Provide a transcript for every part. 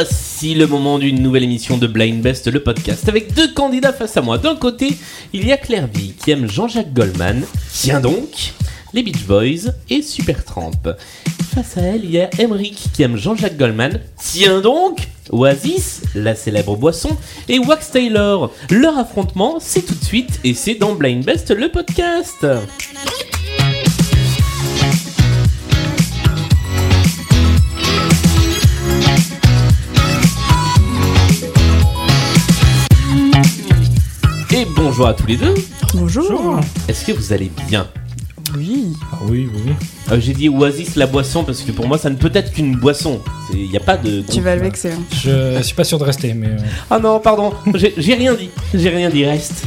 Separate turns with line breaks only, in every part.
ici le moment d'une nouvelle émission de Blind Best, le podcast, avec deux candidats face à moi. D'un côté, il y a Claire Vie, qui aime Jean-Jacques Goldman, tiens donc, les Beach Boys et Supertramp. Face à elle, il y a Emmerich, qui aime Jean-Jacques Goldman, tiens donc, Oasis, la célèbre boisson, et Wax Taylor. Leur affrontement, c'est tout de suite, et c'est dans Blind Best, le podcast. Et bonjour à tous les deux.
Bonjour.
Est-ce que vous allez bien
Oui.
Ah oui, oui, oui.
Euh, J'ai dit Oasis la boisson parce que pour moi ça ne peut être qu'une boisson. Il n'y a pas de.
Tu vas le vexer. hein.
Je suis pas sûr de rester, mais. euh,
Ah non, pardon, j'ai j'ai rien dit. J'ai rien dit, reste.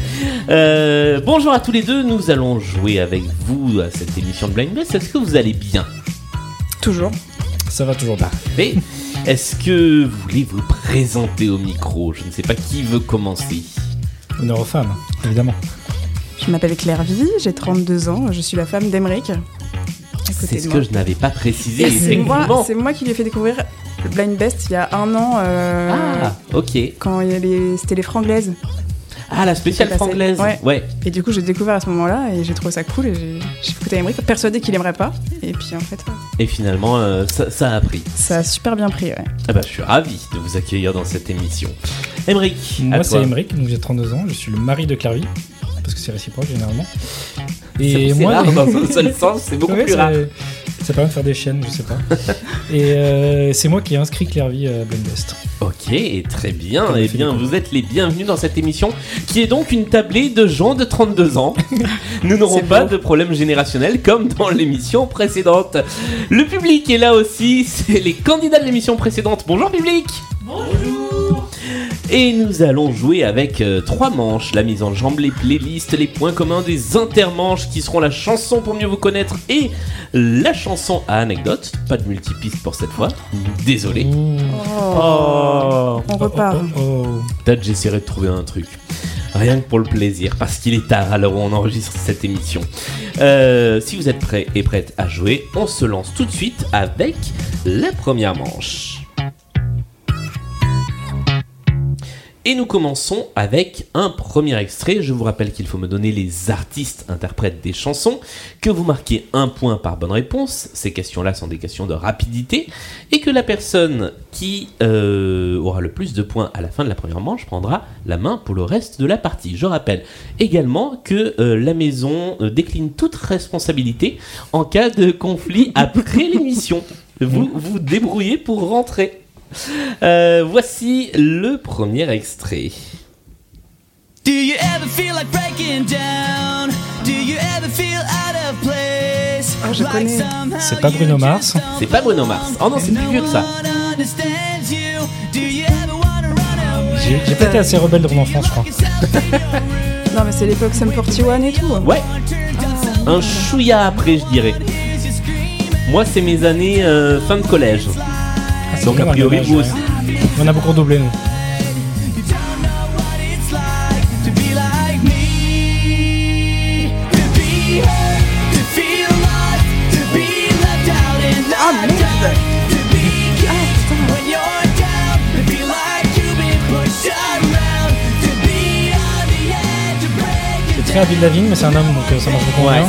Euh, bonjour à tous les deux, nous allons jouer avec vous à cette émission de Blind Best. Est-ce que vous allez bien
Toujours.
ça va toujours pas.
Parfait. Est-ce que vous voulez vous présenter au micro Je ne sais pas qui veut commencer.
Honneur aux femmes, évidemment.
Je m'appelle Claire Vie, j'ai 32 ans, je suis la femme d'Emeric.
C'est ce que je n'avais pas précisé.
C'est moi,
effectivement.
c'est moi qui lui ai fait découvrir le Blind Best il y a un an, euh,
Ah, ok.
quand il y a les- c'était les franglaises.
Ah, la spéciale
passé.
franglaise.
Ouais.
ouais.
Et du coup, j'ai découvert à ce moment-là et j'ai trouvé ça cool. et J'ai j'ai écouté Emeric, persuadée qu'il aimerait pas. Et puis en fait, ouais,
Et finalement, euh, ça, ça a pris.
ça a super bien pris. ouais.
Ah bah, je suis ravi de vous accueillir dans cette émission. Emeric, à
Moi, c'est
toi.
Emeric, donc j'ai 32 ans, je suis le mari de Clarvie, parce que c'est réciproque généralement.
C'est-
Et
c'est
moi.
rare dans un seul sens, c'est beaucoup
Ouais,
plus
ça-
rare.
Ça permet de faire des chaînes, je sais pas. Et euh, c'est moi qui ai inscrit Clarvie à Blendest.
Ok, très bien.
Comme
Eh
le
bien,
Philippe.
vous êtes les bienvenus dans cette émission qui est donc une tablée de gens de 32 ans. Nous n'aurons
C'est
pas
beau.
de problème générationnel comme dans l'émission précédente. Le public est là aussi, c'est les candidats de l'émission précédente. Bonjour public Bonjour Et nous allons jouer avec euh, trois manches, la mise en jambe, les playlists, les points communs des intermanches qui seront la chanson pour mieux vous connaître et la chanson à anecdote. Pas de multipiste pour cette fois, désolé.
Ouh.
Oh.
On repart.
Oh, oh,
Peut-être j'essaierai de trouver un truc. Rien que pour le plaisir, parce qu'il est tard à l'heure où on enregistre cette émission. Euh, si vous êtes prêts et prêtes à jouer, on se lance tout de suite avec la première manche. Et nous commençons avec un premier extrait. Je vous rappelle qu'il faut me donner les artistes interprètes des chansons, que vous marquez un point par bonne réponse. Ces questions-là sont des questions de rapidité. Et que la personne qui euh, aura le plus de points à la fin de la première manche prendra la main pour le reste de la partie. Je rappelle également que euh, la maison euh, décline toute responsabilité en cas de conflit après l'émission. Vous vous débrouillez pour rentrer. Euh, voici le premier extrait.
Do you ever feel like breaking down? Do you ever feel out of place?
Ah, je connais.
somehow
C'est pas Bruno
you
Mars.
just don't
C'est pas Bruno Mars. Oh non, c'est plus vieux que ça.
belong, no one understands you. Do you ever wanna run
oh.
away?
J'ai j'ai pas été assez rebelle dans mon enfance, je crois.
Non, mais c'est l'époque Sum 41 et tout.
Ouais, un chouïa après, je dirais. Moi, c'est mes années euh, fin de collège.
Ah, c'est
Donc,
bien,
a priori,
on a-
vous aussi.
On a beaucoup redoublé, nous.
You don't know what it's like to be like me. To be hurt, to feel lost, to be left out in the
Ah, merde.
dark, to be kissed when you're down, to feel like you've been pushed around, to be on the edge of breaking
C'est très habile la vigne, mais c'est un homme, donc euh, ça marche beaucoup
Ouais.
bien.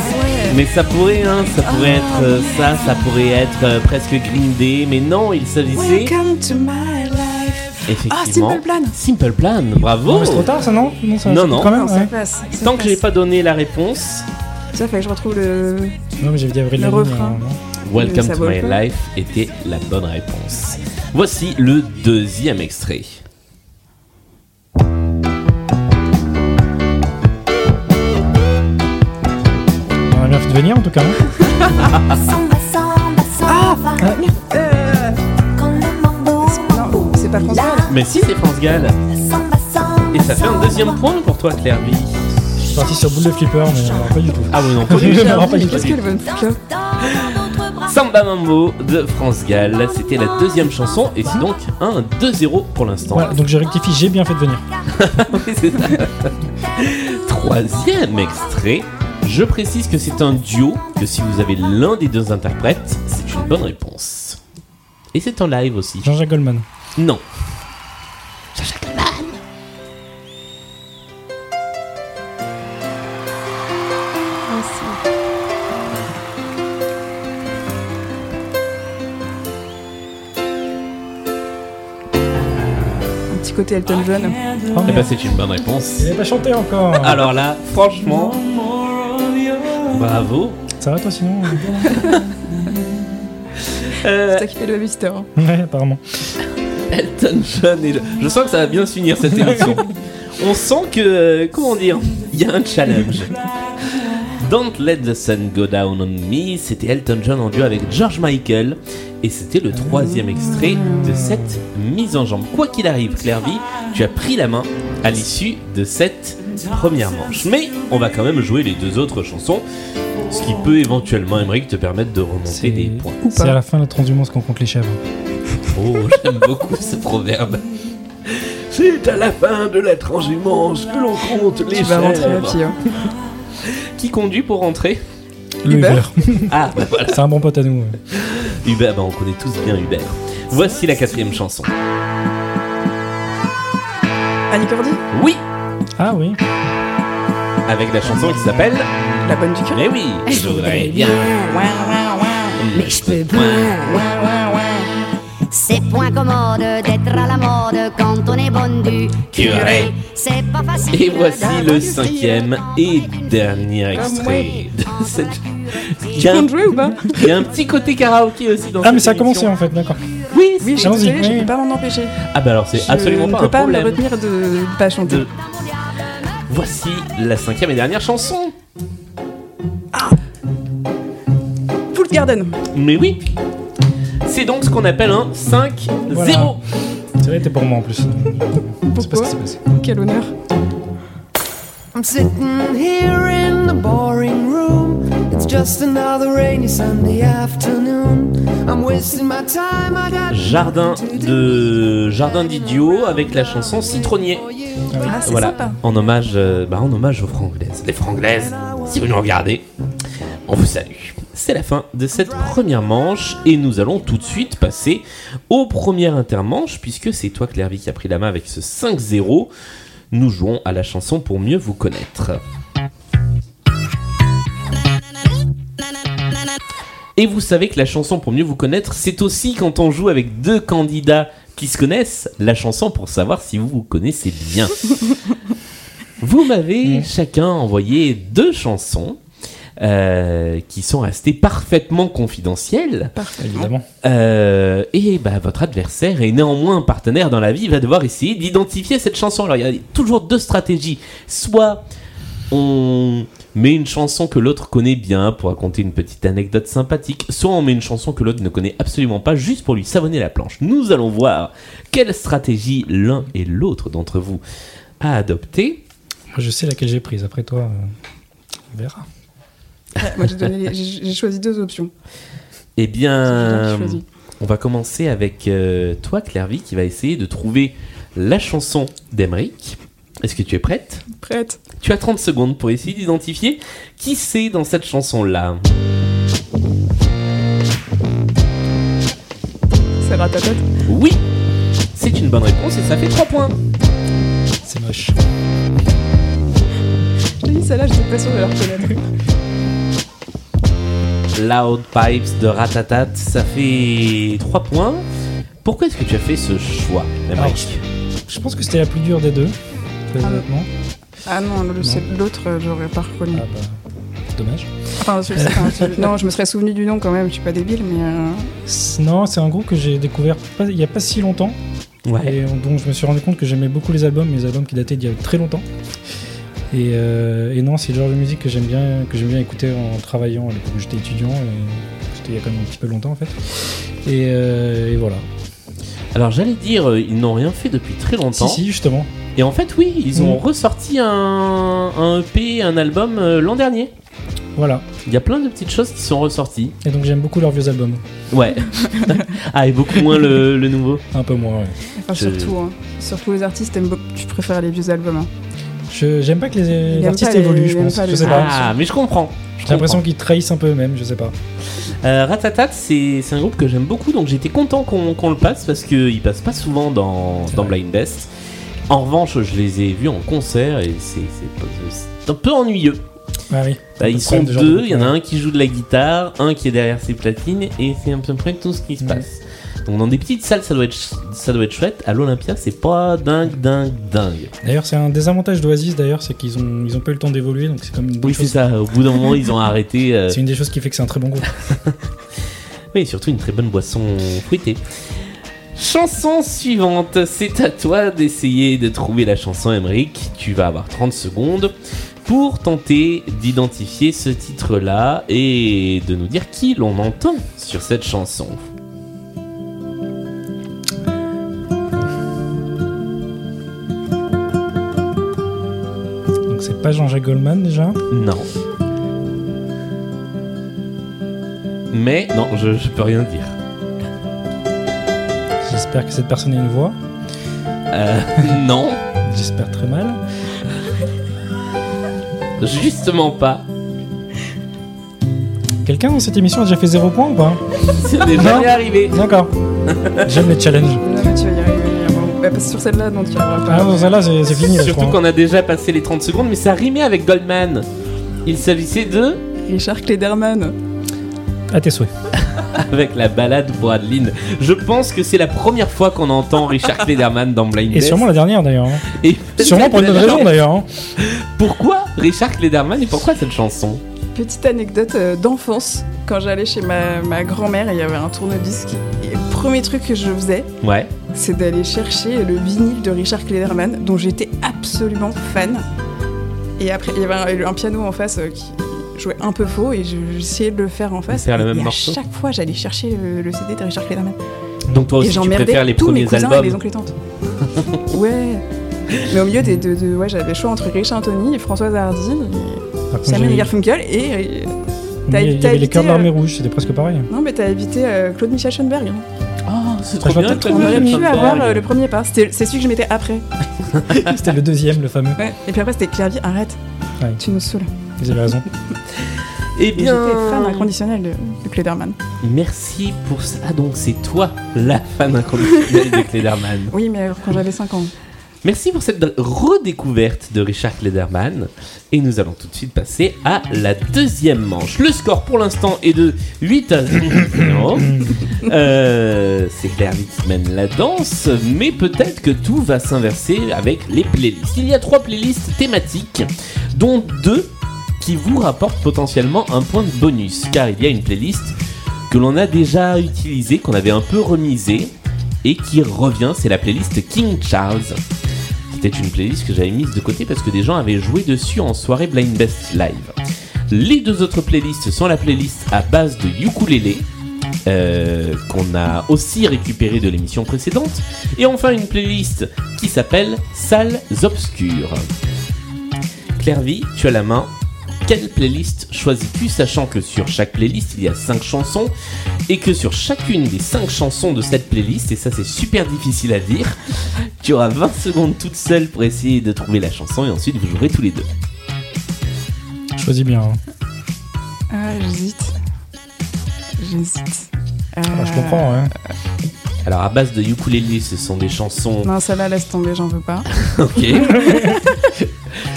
Mais ça pourrait, hein, ça pourrait
Ah.
être euh, ça, ça pourrait être euh, presque Green Day, mais non, il s'agissait
Welcome to my life. Ah,
effectivement.
Simple Plan.
Simple Plan, bravo.
Non, mais c'est trop tard, ça, non Non, ça,
Oh. Non,
ça
non.
Quand même,
Non, ça
ouais.
passe. ça
Tant que j'ai
passe.
pas donné la réponse,
Ça fait que je retrouve le.
Non, mais j'avais dit Avril
Le
Lavigne.
refrain.
euh, non.
Welcome
ça
to
vaut
My
le coup.
Life était la bonne réponse. Voici le deuxième extrait.
On a bien Bah, fait de venir en tout cas. hein.
Samba, samba, samba,
Euh,
quand le mambo
non, c'est pas François. là.
Mais si, c'est France Gall.
Samba, samba,
Et ça fait un
samba.
deuxième point pour toi, Claire Vie.
Je suis parti sur boule de flipper, mais euh, pas du tout.
Ah oui, non, pas du
Je
tout.
me rends pas
Pas
du
du
tout.
Qu'est-ce
tout.
qu'elle veut me foutre là
Samba Mambo de France Gall, c'était la deuxième chanson et c'est donc un 2-0 pour l'instant.
Voilà, donc je rectifie, j'ai bien fait de venir.
Oui, c'est ça. Troisième extrait. Je précise que c'est un duo, que si vous avez l'un des deux interprètes, c'est une bonne réponse. Et c'est en live aussi.
Mm.
Oh, Jean-Jacques Goldman.
Non.
côté Elton John.
Oh,
Eh
merde.
ben, c'est une bonne réponse.
Il n'avait pas chanté encore.
Alors là, franchement, bravo.
Ça va toi sinon
Euh,
C'est ça qui fait le babysitter. hein.
Ouais, apparemment.
Elton John et le- Je sens que ça va bien se finir cette émission. On sent que. euh, Comment dire Il y a un challenge. Don't Let the Sun Go Down on Me, c'était Elton John en duo avec George Michael. Et c'était le troisième extrait de cette mise en jambe. Quoi qu'il arrive, Claire Vie, tu as pris la main à l'issue de cette première manche. Mais on va quand même jouer les deux autres chansons, ce qui peut éventuellement, Émeric, te permettre de remonter des points.
Ou
C'est à
pas.
la fin de la transhumance qu'on compte les chèvres.
Oh, j'aime beaucoup ce proverbe. C'est à la fin de la transhumance que l'on compte les
Tu vas rentrer la
chèvres.
fille. hein.
Qui conduit pour rentrer
Le
Uber.
Uber.
Ah, bah voilà.
C'est un bon pote à nous. ouais.
Hubert, bah on connaît tous bien Hubert. Voici la quatrième chanson.
Annie Cordy
Oui,
Ah oui.
avec la chanson qui s'appelle
La bonne du cœur.
Mais oui, je voudrais bien.
Mais je peux pas.
C'est point commode d'être à la mode quand on est bon du
Curé.
C'est pas facile.
Et voici le cinquième et dernier extrait de cette. Il y, a un,
Bonne jouer ou pas
il y a un petit côté karaoké aussi dans
Ah mais
cette
ça a commencé
émission.
en fait, d'accord.
Oui,
Oui, j'ai
Allons-y.
écouté, je
Ouais.
peux pas m'en empêcher.
Ah bah alors c'est
Je
absolument pas
ne peux
un
pas me
problème.
retenir de pas chanter.
de- Voici la cinquième et dernière chanson.
Full Garden.
Mais oui, c'est donc ce qu'on appelle un 5-0.
Voilà. Ça était pour moi en plus. Je sais pas ce
Pourquoi
qui s'est passé.
Quel honneur.
I'm sitting here in the boring room. It's just another rainy Sunday afternoon. I'm wasting my time. I got
Jardin de Jardin d'idiots avec la chanson Citronnier.
Ah, c'est
voilà,
sympa.
en hommage, euh, bah, en hommage aux franglaises. Les franglaises, si vous nous regardez, on vous salue. C'est la fin de cette première manche et nous allons tout de suite passer aux premières intermanches puisque c'est toi Claire Vie, qui a pris la main avec ce 5-0. Nous jouons à la chanson pour mieux vous connaître. Et vous savez que la chanson pour mieux vous connaître, c'est aussi quand on joue avec deux candidats qui se connaissent, la chanson pour savoir si vous vous connaissez bien. vous m'avez chacun envoyé deux chansons euh, qui sont restées parfaitement confidentielles.
Évidemment.
Euh, et bah, votre adversaire et néanmoins un partenaire dans la vie va devoir essayer d'identifier cette chanson. Alors il y a toujours deux stratégies. Soit on met une chanson que l'autre connaît bien pour raconter une petite anecdote sympathique, soit on met une chanson que l'autre ne connaît absolument pas juste pour lui savonner la planche. Nous allons voir quelle stratégie l'un et l'autre d'entre vous a adoptée.
Moi, Je sais laquelle j'ai prise. Après toi, euh, on verra.
Moi, j'ai donné les- j'ai j'ai choisi deux options.
Eh
C'est
bien,
bien choisi.
on va commencer avec euh, toi, Clairvy, qui va essayer de trouver la chanson d'Emeric. Est-ce que tu es prête
Prête.
Tu as 30 secondes pour essayer d'identifier qui c'est dans cette chanson-là.
C'est ratatat.
Oui C'est une bonne réponse et ça fait 3 points.
C'est moche.
J'ai dit celle-là, j'étais pas sûre de la reconnaître.
Loud Pipes de Ratatat, ça fait 3 points. Pourquoi est-ce que tu as fait ce choix, Emeric
Je pense que c'était la plus dure des deux. très
Ah.
honnêtement.
Ah non, le- c'est- l'autre, euh, j'aurais pas reconnu.
Ah bah, dommage.
Enfin, celui- enfin, celui- non, je me serais souvenu du nom quand même, je suis pas débile, mais. euh,
C'est- Non, c'est un groupe que j'ai découvert pas- il y a pas si longtemps.
Ouais.
Et donc je me suis rendu compte que j'aimais beaucoup les albums, les albums qui dataient d'il y a très longtemps. Et, euh, et non, c'est le genre de musique que j'aime bien, que j'aime bien écouter en travaillant à l'époque où j'étais étudiant. et C'était il y a quand même un petit peu longtemps en fait. Et, euh, et voilà.
Alors j'allais dire, euh, ils n'ont rien fait depuis très longtemps.
Si, si, justement.
Et en fait, oui, ils ont
Mm.
ressorti un, un EP, un album euh, l'an dernier.
Voilà.
Il y a plein de petites choses qui sont ressorties.
Et donc j'aime beaucoup leurs vieux albums.
Ouais. ah, et beaucoup moins le, le nouveau.
Un peu moins, ouais.
Enfin,
Je-
surtout, hein. surtout les artistes, aiment beaucoup- tu préfères les vieux albums. hein.
Je- J'aime pas que les,
aiment
artistes
pas les-
évoluent,
ils
je
aiment
pense.
pas
Je
les-
sais pas.
Ah, mais je comprends. Je
J'ai l'impression
comprends.
qu'ils trahissent un peu eux-mêmes, je sais pas.
Euh, Ratatat, c'est c'est un groupe que j'aime beaucoup, donc j'étais content qu'on qu'on le passe parce qu'il passe pas souvent dans, dans
vrai.
Blind Best. En revanche, je les ai vus en concert et c'est- c'est pas- c'est un peu ennuyeux.
Ah oui.
Bah, ils
Le
sont
problème de genre de
deux,
groupe,
il y en a
ouais.
un qui joue de la guitare, un qui est derrière ses platines, et c'est à peu près tout ce qui se
Ouais.
passe. Donc dans des petites salles, ça doit être, ch- ça doit être chouette. À l'Olympia, c'est pas dingue, dingue, dingue.
D'ailleurs, c'est un désavantage d'Oasis, d'ailleurs, c'est qu'ils ont, ils ont pas eu le temps d'évoluer, donc c'est comme une bonne
Oui, c'est
chose.
ça. Au bout d'un moment, ils ont arrêté. euh,
C'est une des choses qui fait que c'est un très bon groupe.
Oui, et surtout une très bonne boisson fruitée. Chanson suivante, c'est à toi d'essayer de trouver la chanson Emmerich. Tu vas avoir 30 secondes pour tenter d'identifier ce titre-là et de nous dire qui l'on entend sur cette chanson.
Donc c'est pas Jean-Jacques Goldman déjà.
Non. Mais non, je, je peux rien dire.
J'espère que cette personne a une voix.
Euh, non,
J'espère très mal.
justement pas.
Quelqu'un dans cette émission a déjà fait zéro point ou pas
Ce n'est
Non.
jamais arrivé.
D'accord. J'aime les challenges.
Non, mais tu vas y arriver. à un moment. Bah, parce que sur celle-là, non, tu y arriveras
Ah
pas.
non, celle-là, c'est c'est fini. Là, je
Surtout
crois.
qu'on a déjà passé les 30 secondes, mais ça rimait avec Goldman. Il s'agissait de
Richard Klederman.
À Ah, tes souhaits.
avec la balade Bradlin. Je pense que c'est la première fois qu'on entend Richard Klederman dans Blind
Et
Best.
sûrement la dernière d'ailleurs. hein.
Et
Sûrement pour une autre raison d'ailleurs. hein.
Pourquoi Richard Klederman et pourquoi cette chanson
Petite anecdote euh, d'enfance. Quand j'allais chez ma, ma grand-mère, il y avait un tourne-disque. Et le premier truc que je faisais,
Ouais.
c'est d'aller chercher le vinyle de Richard Klederman, dont j'étais absolument fan. Et après, il y avait un, un piano en face euh, qui jouait un peu faux, et je- j'essayais de le faire en face.
Faire le
et
même
à
morceau.
chaque fois, j'allais chercher le, le CD de Richard Klederman.
Donc toi
et
aussi Oh, tu
j'emmerdais
préfères les
tous mes
premiers
cousins et les
albums.
oncles et tantes. ouais. Mais au milieu des deux, deux- ouais, j'avais le choix entre Richard Anthony et Françoise Hardy, et
Par contre, j'ai-
Samuel Garfunkel et... et-
il y
T'as
avait- il y
évité-
avait les cœurs de l'armée
euh,
rouge, c'était presque pareil.
Non, mais t'as évité euh, Claude Michel Schoenberg. hein.
Ah, c'est
Ah, je vois
que
On aurait
Richard
pu avoir
Klederman.
euh, le premier pas. C'était- C'est celui que je mettais après.
C'était le deuxième, le fameux.
Ouais. Et puis après, c'était Clavier, arrête.
Ouais.
Tu nous saoules.
Vous avez raison.
Eh
Et
bien,
J'étais fan inconditionnel de, de Klederman.
merci pour ça. Ah, donc c'est toi la fan inconditionnelle de Klederman.
Oui, mais alors, quand j'avais 5 ans.
Merci pour cette redécouverte de Richard Lederman. Et nous allons tout de suite passer à la deuxième manche. Le score pour l'instant est de 8 à 0. Euh, c'est Claire qui mène la danse, mais peut-être que tout va s'inverser avec les playlists. Il y a trois playlists thématiques, dont deux qui vous rapportent potentiellement un point de bonus, car il y a une playlist que l'on a déjà utilisée, qu'on avait un peu remisée, et qui revient, c'est la playlist King Charles. C'était une playlist que j'avais mise de côté parce que des gens avaient joué dessus en soirée Blind Best Live. Les deux autres playlists sont la playlist à base de ukulélé, euh, qu'on a aussi récupéré de l'émission précédente, et enfin une playlist qui s'appelle Salles Obscures. Clairvy, tu as la main. Quelle playlist choisis-tu, sachant que sur chaque playlist il y a 5 chansons et que sur chacune des 5 chansons de cette playlist, et ça c'est super difficile à dire, tu auras 20 secondes toute seule pour essayer de trouver la chanson et ensuite vous jouerez tous les deux.
Choisis bien. hein.
Ah, j'hésite. J'hésite. Euh,
Ah, je comprends. hein.
Alors à base de ukulélé, ce sont des chansons.
Non, celle-là, laisse tomber, j'en veux pas.
Ok.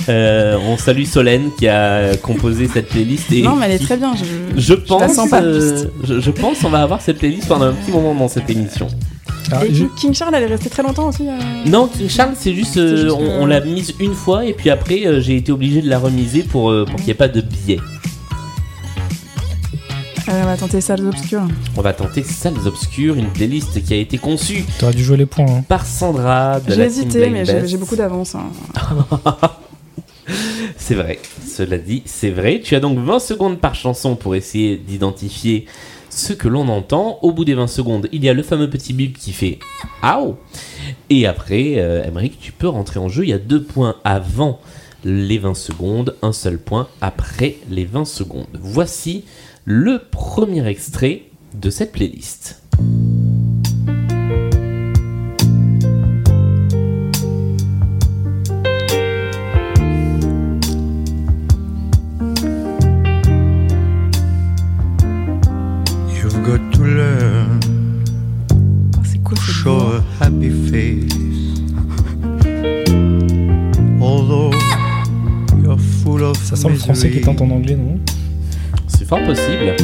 Euh, on salue Solène qui a composé cette playlist et
non, mais elle est
qui-
très bien. Je,
Je pense,
sens pas,
euh,
juste.
je, je pense, on va avoir cette playlist pendant un petit moment dans cette émission.
Ah,
Et
je-
King- King Charles, elle est restée très longtemps aussi. euh.
Non, King Charles, c'est juste, euh,
C'est juste,
on,
euh,
on l'a mise une fois et puis après euh, j'ai été obligé de la remiser pour, euh, pour qu'il n'y ait pas de biais.
Allez, Ah, on va tenter Salles Obscures.
On va tenter Salles Obscures, une playlist qui a été conçue
T'aurais dû jouer les points. hein.
par Sandra de
J'ai
la team
hésité,
Blind
mais j'ai
Best.
j'ai beaucoup d'avance. hein.
C'est vrai, cela dit, c'est vrai. Tu as donc 20 secondes par chanson pour essayer d'identifier ce que l'on entend. Au bout des 20 secondes, il y a le fameux petit bip qui fait Aou Et après, euh, Aymeric, tu peux rentrer en jeu. Il y a deux points avant les 20 secondes, un seul point après les 20 secondes. Voici le premier extrait de cette playlist.
You've got to learn
Oh, C'est cool.
to
c'est
show
beau.
a happy face. Although you're full of
Ça semble français qui
misery,
tente en anglais, non
C'est fort possible.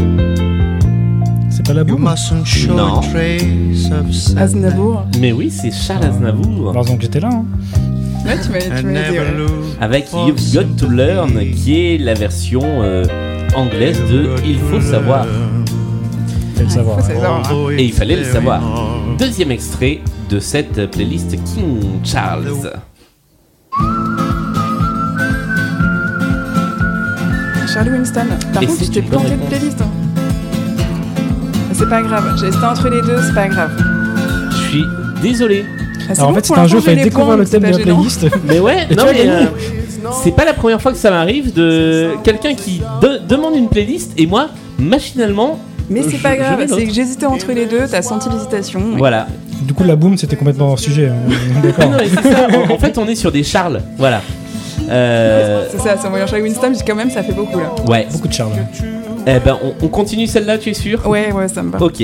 C'est pas la
You
boum
mustn't show
Non.
a trace of
euh,
sadness.
Aznavour.
Mais oui, c'est Charles Aznavour.
Alors donc j'étais là. Hein.
Ouais, tu m'as tu m'as
And
aidé.
never
ouais.
look
Avec
for
You've Got to Learn, qui est la version euh, anglaise de
You've got
Il
to
faut savoir.
learn.
Faut le savoir.
faut savoir.
Although
Et il
it's
fallait le
very
savoir.
hard.
Deuxième extrait de cette playlist King Charles.
Charlie Winston. Par
Mais
contre,
c'est
tu t'es
une bonne
planté de
réponse.
playlist. hein. C'est pas grave, j'étais entre les deux, c'est pas grave.
Je suis désolé.
Ah, c'est
Alors en
bon
fait
pour
c'est un
l'instant,
jeu,
j'ai
fallait
les
découvrir
points,
le
c'est
thème de
pas
la
gênant.
playlist.
Mais ouais, non
tu as
mais
gagné.
euh, c'est pas la première fois que ça m'arrive de quelqu'un qui de- demande une playlist et moi machinalement
Mais
je-
c'est pas
je vais
grave,
l'autre.
c'est que j'hésitais entre les deux, t'as senti l'hésitation.
voilà.
Du coup la boum c'était complètement hors sujet. hein.
Ah
D'accord.
non, mais c'est ça. En, en fait, on est sur des Charles. Voilà. Euh,
C'est ça, c'est en voyant Charlie Winston, j'ai dit, quand même, ça fait beaucoup là.
ouais.
Beaucoup de Charles.
Eh ben, on, on continue celle-là, tu es sûr
Ouais, ouais, ça me va.
Ok.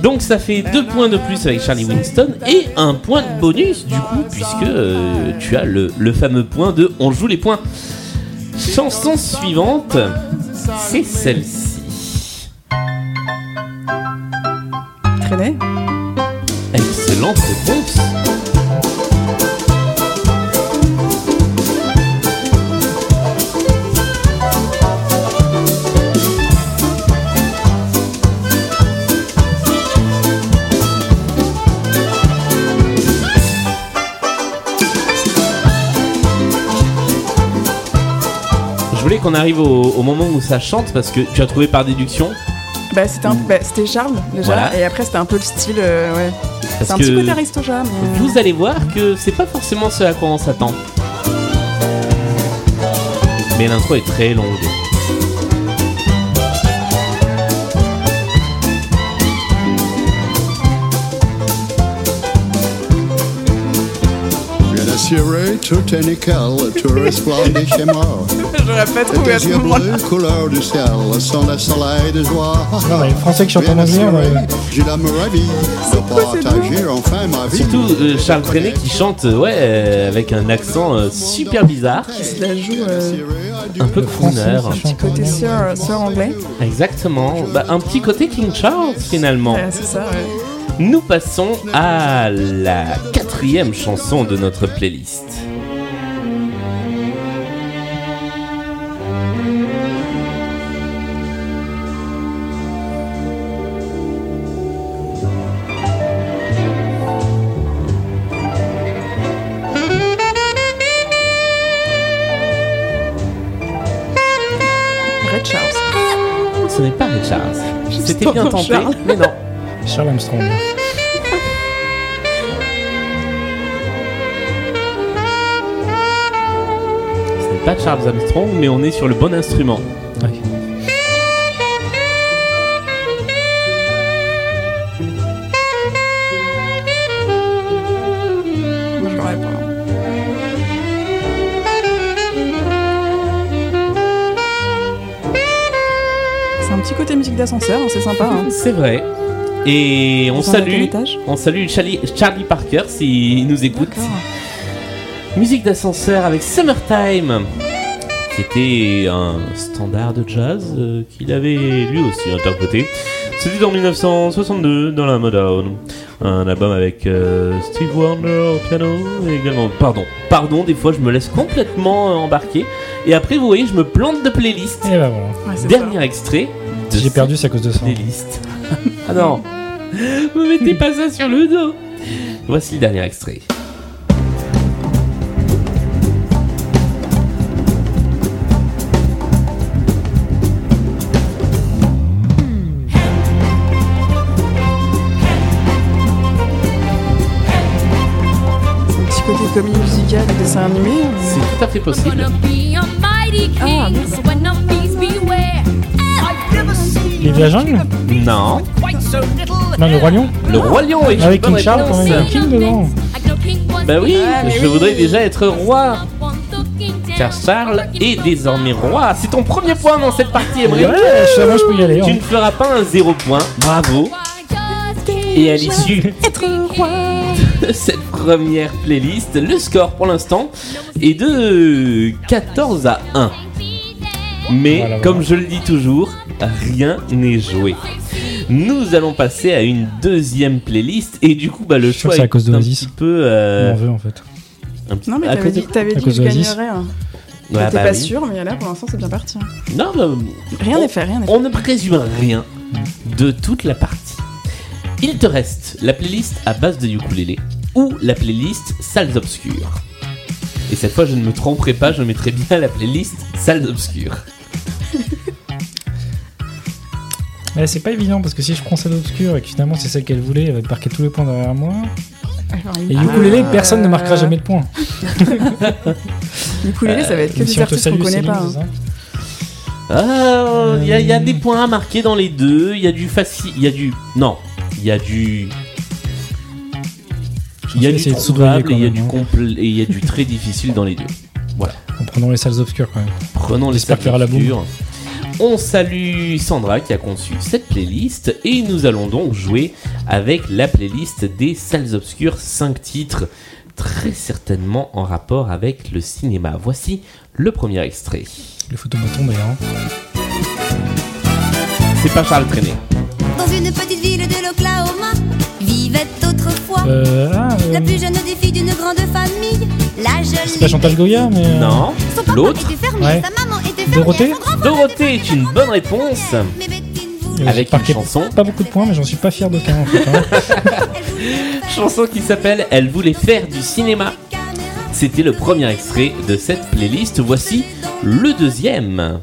Donc ça fait deux points de plus avec Charlie Winston et un point de bonus du coup puisque euh, tu as le, le fameux point de on joue les points. Chanson suivante, c'est celle-ci.
Traîner
Excellente réponse. Je voulais qu'on arrive au, au moment où ça chante parce que tu as trouvé par déduction.
Bah, c'était un- bah, c'était Charles déjà,
Voilà.
et après, c'était un peu le style, euh, ouais.
Parce
C'est un
que
petit côté aristocrat, mais. euh,
vous allez voir que c'est pas forcément ce à quoi on s'attend. Mais l'intro est très longue.
Bien assuré, tout est nickel, tout resplendit chez moi.
J'aurais pas
Et
trouvé à
tes
ce
yeux
moment-là.
bleus, couleur du ciel, sont le soleil de joie.
Non, mais les Français qui chantent en
Bien
anglais,
assuré,
ouais.
j'ai la ravie
hein.
de partager enfin ma vie.
Surtout euh, Charles Trenet qui chante euh, ouais, euh, avec un accent euh, super bizarre,
Je la joue euh,
un peu crooner.
Français
petit
qui chantent en
côté
anglais.
sœur, euh, sœur anglais.
Exactement, Bah, un petit côté King Charles finalement.
Ouais, Euh, c'est ça, ouais.
Nous passons à la quatrième chanson de notre playlist.
Red Charles.
Ce n'est pas Ray Charles. C'était
pas
bien
pour
tenté,
Charles.
mais non.
Charles Armstrong. Eh
Ce n'est pas Charles Armstrong, mais on est sur le bon instrument.
Moi, je l'aurais pas. C'est un petit côté musique d'ascenseur, hein, c'est sympa. Hein.
C'est vrai. Et on
Ils sont à quel
salue,
étage
on salue Charlie, Charlie Parker s'il nous écoute.
D'accord.
Musique d'ascenseur avec Summertime, qui était un standard de jazz euh, qu'il avait lui aussi interprété. C'était en 1962 dans la Motown, un album avec euh, Steve Wonder au piano et également. Pardon, pardon, des fois je me laisse complètement euh, embarquer et après vous voyez je me plante de playlist.
Et bah voilà.
Ouais, c'est
Dernier extrait. de
J'ai
cette
perdu, c'est à cause de ça.
des listes. ah non Me mettez pas ça sur le dos Voici le dernier extrait.
ça. C'est un petit côté comédie musicale, et dessin animé.
C'est tout à fait possible.
Ah, Les villages jungles
Non.
Non, le roi lion
Le roi lion est
Avec
une
Ah King Charles,
bonne
quand
réponse.
même. King dedans.
Bah oui,
Ah, mais
je
oui.
voudrais déjà être roi. Car Charles est désormais roi. C'est ton premier point dans cette partie, Emery.
Ouais, ça va, je peux y aller. hein.
Tu ne feras pas un zéro point. Bravo. Et à l'issue de cette première playlist, le score pour l'instant est de 14 à 1. Mais
Voilà, voilà.
comme je le dis toujours, rien n'est joué. Nous allons passer à une deuxième playlist et du coup bah le
Je suis
choix
sûr que c'est à
est
cause
un
d'Oasis.
petit peu euh,
On en veut en fait.
un petit-
Non, mais
à
t'avais
cause de-
dit, t'avais
à
dit que
cause
je
d'Oasis.
gagnerais. hein.
Ouais,
T'étais
bah
pas
oui.
sûr, mais là pour l'instant c'est bien parti. hein.
Non, bah,
Rien
on-
n'est fait, rien n'est fait.
On ne présume rien de toute la partie. Il te reste la playlist à base de ukulélé ou la playlist salles obscures. Et cette fois, je ne me tromperai pas, je mettrai bien la playlist salles obscures.
Mais c'est pas évident parce que si je prends celle obscure et que finalement c'est celle qu'elle voulait, elle va marquer tous les points derrière moi.
Alors,
Et
ukulélé,
ukulélé,
euh,
personne ne marquera jamais le point.
Ukulélé, ça va être que
euh,
des
Même si on te
artistes qu'on
salue,
connaît
Céline,
pas.
c'est
hein.
ça
Ah, il y, a- il y a des points à marquer dans les deux. Il y a du facile, il y a du non, il y a du
Je
il y a
pensais
du
essayer de
trouvable et
soudoyer
il y a
quand
du
même, hein.
compl- et il y a du très difficile dans les deux.
En prenant les salles obscures quand même.
Prenons les
J'espère qu'il y aura la boum.
statues. On salue Sandra qui a conçu cette playlist et nous allons donc jouer avec la playlist des salles obscures 5 titres très certainement en rapport avec le cinéma. Voici le premier extrait.
Le photomaton d'ailleurs. hein.
C'est pas Charles Trenet.
Dans une petite ville de l'Oklahoma, vivait autrefois
Euh, ah, euh,
la plus jeune des filles d'une grande famille, la jolie.
c'est pas Chantal Goya, mais. euh,
Non.
Son papa
L'autre
était fermier,
Ouais.
sa maman était fermière,
Dorothée
son grand-père
Dorothée
était
est une bonne réponse.
fermière. Mais Bettine voulait-
j'ai
Avec une
marqué
chanson.
Pas beaucoup de points, mais j'en suis pas fier d'aucun en fait. hein.
elle voulait faire
Chanson qui s'appelle Elle voulait faire du cinéma.
des caméras.
C'était le premier extrait de cette playlist. Voici le deuxième.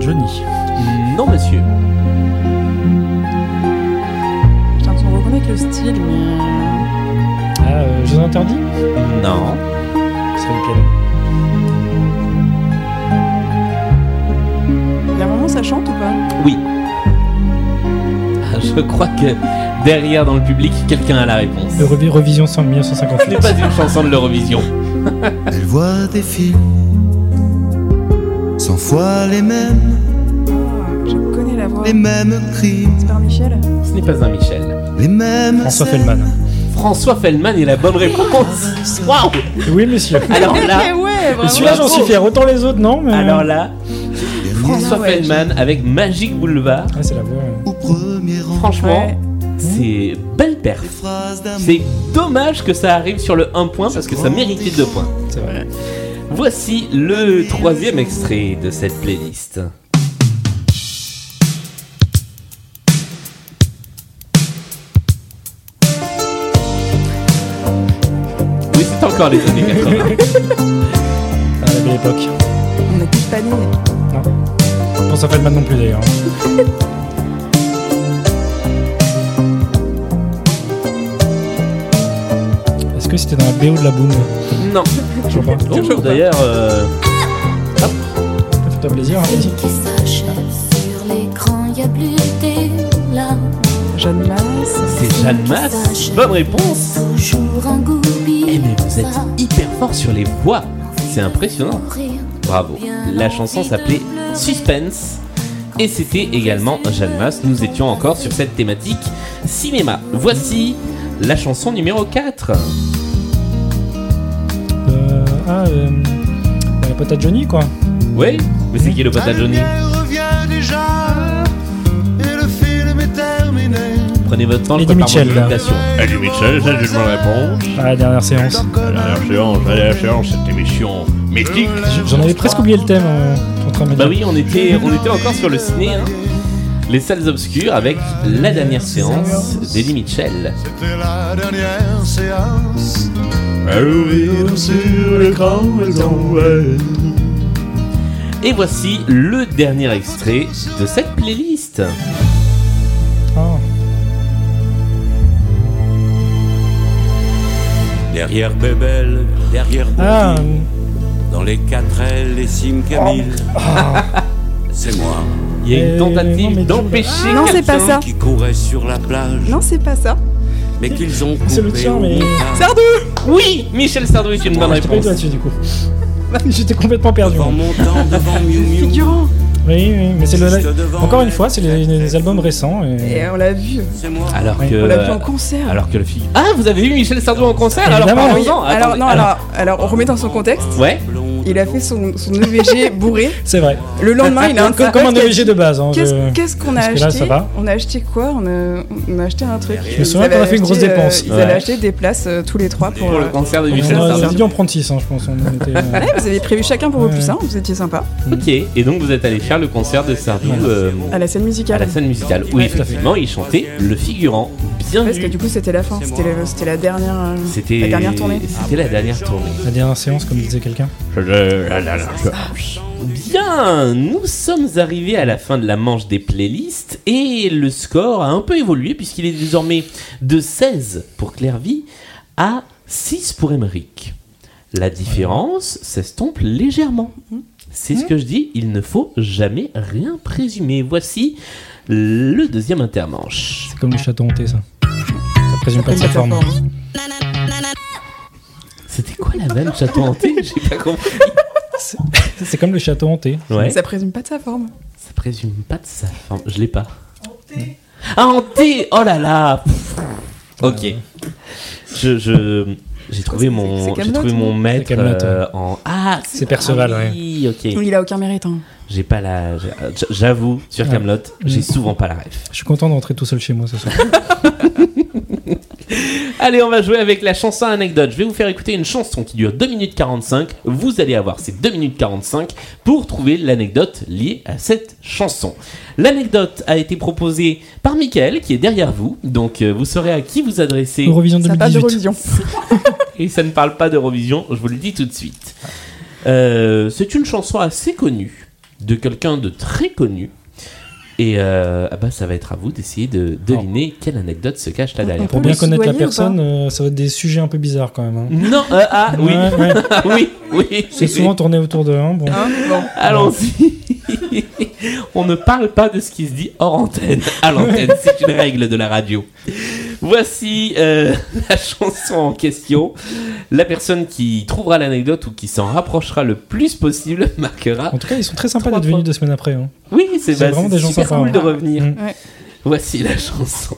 Johnny.
Non monsieur.
hein. Putain, On reconnaît que le style, mais.
Ah, euh, Jeux interdits
Non.
C'est lequel
Il y a un moment, ça chante ou pas
Oui. Ah, Je crois que derrière dans le public, quelqu'un a la réponse.
Le Revi- Revision 100
Ce n'est
1958.
pas une chanson de l'Eurovision.
Elle voit des films, cent fois les mêmes,
Ah, Je connais la voix.
les mêmes crimes,
C'est par Michel
Ce n'est pas un Michel.
les mêmes.
François
scènes.
Feldman.
François Feldman est la bonne réponse. Waouh
Oui, monsieur.
Alors
Eh
là,
ouais,
Et
vraiment.
celui-là, j'en suis fier. Autant les autres, non mais... euh,
alors là, François
Dernier
ouais,
Feldman avec Magic Boulevard.
Ah, c'est la voix. ouais.
au premier rang,
Franchement,
Ouais.
c'est belle
les
perf.
phrases d'amour.
C'est dommage que ça arrive sur le 1 point parce que ça méritait 2 points.
C'est vrai.
Voici le troisième extrait de cette playlist. Oui, c'est encore les années 80.
Ah, la belle époque.
On est tous paniers.
François Feldman non plus d'ailleurs. hein. Est-ce que c'était dans la BO de la Boom
Non.
Toujours pas.
Oh, D'ailleurs, euh,
Fais-toi plaisir. hein. allez-y.
Sur l'écran, y a plus des larmes.
Jeanne Masse.
c'est Jeanne Masse. Bonne réponse.
Toujours un goût
Eh mais vous êtes hyper fort sur les voix. C'est impressionnant. Bravo. La chanson s'appelait Suspense. Et c'était également Jeanne Masse. Nous étions encore sur cette thématique cinéma. Voici la chanson numéro 4.
Euh, ah, euh, bah, la pote à Johnny quoi.
Oui Mais c'est qui le pote à Johnny
lumière revient déjà, et le film est terminé.
Prenez votre temps, je
Eddie
prépare
Mitchell,
mon
là.
imitation.
Eddie Mitchell, c'est une bonne réponse.
Ah, la dernière séance.
La dernière séance, la dernière séance, cette émission mythique.
J'en avais presque oublié le thème. euh, je suis en train de me
Bah
dire.
oui, on était, on était encore sur le ciné, hein. Les salles obscures avec la dernière séance d'Eddie Mitchell.
C'était la dernière séance.
Elle vire sur l'écran, elle tombe.
Et voici le dernier extrait de cette playlist.
Ah,
Derrière Bébel, derrière Bourdi,
Ah, euh,
dans les quatre ailes, les cimes Camille,
Ah.
c'est moi
Il y a
Euh,
une
non, mais
tentative
tu- Ah,
d'empêcher
Non, c'est pas
quelqu'un
ça.
qui courais sur la plage.
Non, c'est pas ça.
mais qu'ils ont coupé
C'est le tien,
au
mais-
montage.
Sardou
Oui, Michel Sardou est une bonne
Je t'ai pas eu
réponse.
là-dessus du coup. J'étais complètement perdu.
Devant
moi.
mon temps, devant Miu Miu.
Figurant
Oui, oui, mais c'est le.
Juste devant
Encore
mes
une fois, c'est les,
très,
les
très
albums
fous.
récents. Et... euh,
Et on l'a vu.
C'est moi.
Alors
Oui.
que.
On l'a vu en concert. Ah
Alors que le fille. Ah, vous avez eu Michel Sardou en concert Alors
Évidemment.
Oui,
parlons-en.
alors,
Attendez,
non, alors, alors, on remet dans son contexte.
Ouais.
Blonde,
Il a fait son, son EVG bourré.
C'est vrai.
Le lendemain, il a un de ses
Comme, comme un
potes qui a dit,
EVG de base. hein,
Qu'est-ce
je-
qu'est-ce qu'on a
parce que
acheté
là, ça va.
On a acheté quoi on a, on a acheté un truc.
Je me
Ils
souviens qu'on
avaient
a fait une grosse
acheté, euh,
dépense.
ils
Ouais.
avaient acheté des places euh, tous les trois pour.
Pour le
euh,
concert de
On
Michel
a- on a
Sardou.
dû en prendre 6, je pense. On était, euh,
Ouais, vous avez prévu chacun pour vos
Ouais.
plus un, vous étiez sympa.
Ok, et donc vous êtes allé faire le concert de Sardou euh,
À la scène
à
musicale.
la scène musicale où
Ouais, tout à fait.
effectivement il chantait Le Figurant. Bien
Parce que
vu.
du coup, c'était la fin, c'était la, c'était la dernière. euh,
C'était
la dernière tournée.
C'était la dernière tournée.
La dernière séance, comme disait quelqu'un.
Bien, nous sommes arrivés à la fin de la manche des playlists et le score a un peu évolué puisqu'il est désormais de 16 pour Clairvy à 6 pour Emeric. La différence s'estompe légèrement. C'est ce que je dis, il ne faut jamais rien présumer. Voici le deuxième intermanche.
C'est comme le château hanté, ça. Ça présume pas de sa forme.
C'était quoi la même château hanté J'ai pas compris.
C'est comme le château hanté.
Ouais.
Ça présume pas de sa forme.
Ça présume pas de sa forme. Je l'ai pas. Ah, hanté Oh là là Pff. Ok. Je. je- J'ai trouvé
C'est-
mon,
c'est hein.
j'ai trouvé
Kaamelott,
mon maître
Kaamelott,
euh, en ah
C'est Perceval,
ah oui, ok.
Il a aucun mérite. hein.
J'ai pas la, j'ai- euh, j- j'avoue sur
Ouais.
Camelot, j'ai
Mm.
souvent pas la ref.
Je suis content d'entrer tout seul chez moi ce soir.
Allez, on va jouer avec la chanson anecdote. Je vais vous faire écouter une chanson qui dure 2 minutes 45. Vous allez avoir ces 2 minutes 45 pour trouver l'anecdote liée à cette chanson. L'anecdote a été proposée par Mickaël, qui est derrière vous. Donc, euh, vous saurez à qui vous adresser.
Eurovision
Ça passe de
2018.
religion.
Et ça ne parle pas d'Eurovision, je vous le dis tout de suite. Euh, c'est une chanson assez connue, de quelqu'un de très connu. Et euh, ah bah, ça va être à vous d'essayer de deviner quelle anecdote se cache là derrière.
Pour
Oh. On
bien
peut
connaître la
soudoyer ou
personne, euh, ça va être des sujets un peu bizarres quand même. hein.
Non, euh, ah oui,
Ouais, ouais.
oui, oui.
C'est souvent tourné autour de
Ah.
un. Ah, Bon.
Hein, bon.
Allons-y. On ne parle pas de ce qui se dit hors antenne. À l'antenne, c'est une règle de la radio. Voici euh, la chanson en question. La personne qui trouvera l'anecdote ou qui s'en rapprochera le plus possible marquera.
En tout cas, ils sont très sympas
Trois
d'être venus
points.
deux semaines après. hein.
Oui, c'est
C'est
bah,
vraiment
c'est
des gens
super
sympas,
cool
hein.
de revenir.
Mm.
Ouais.
Voici la chanson.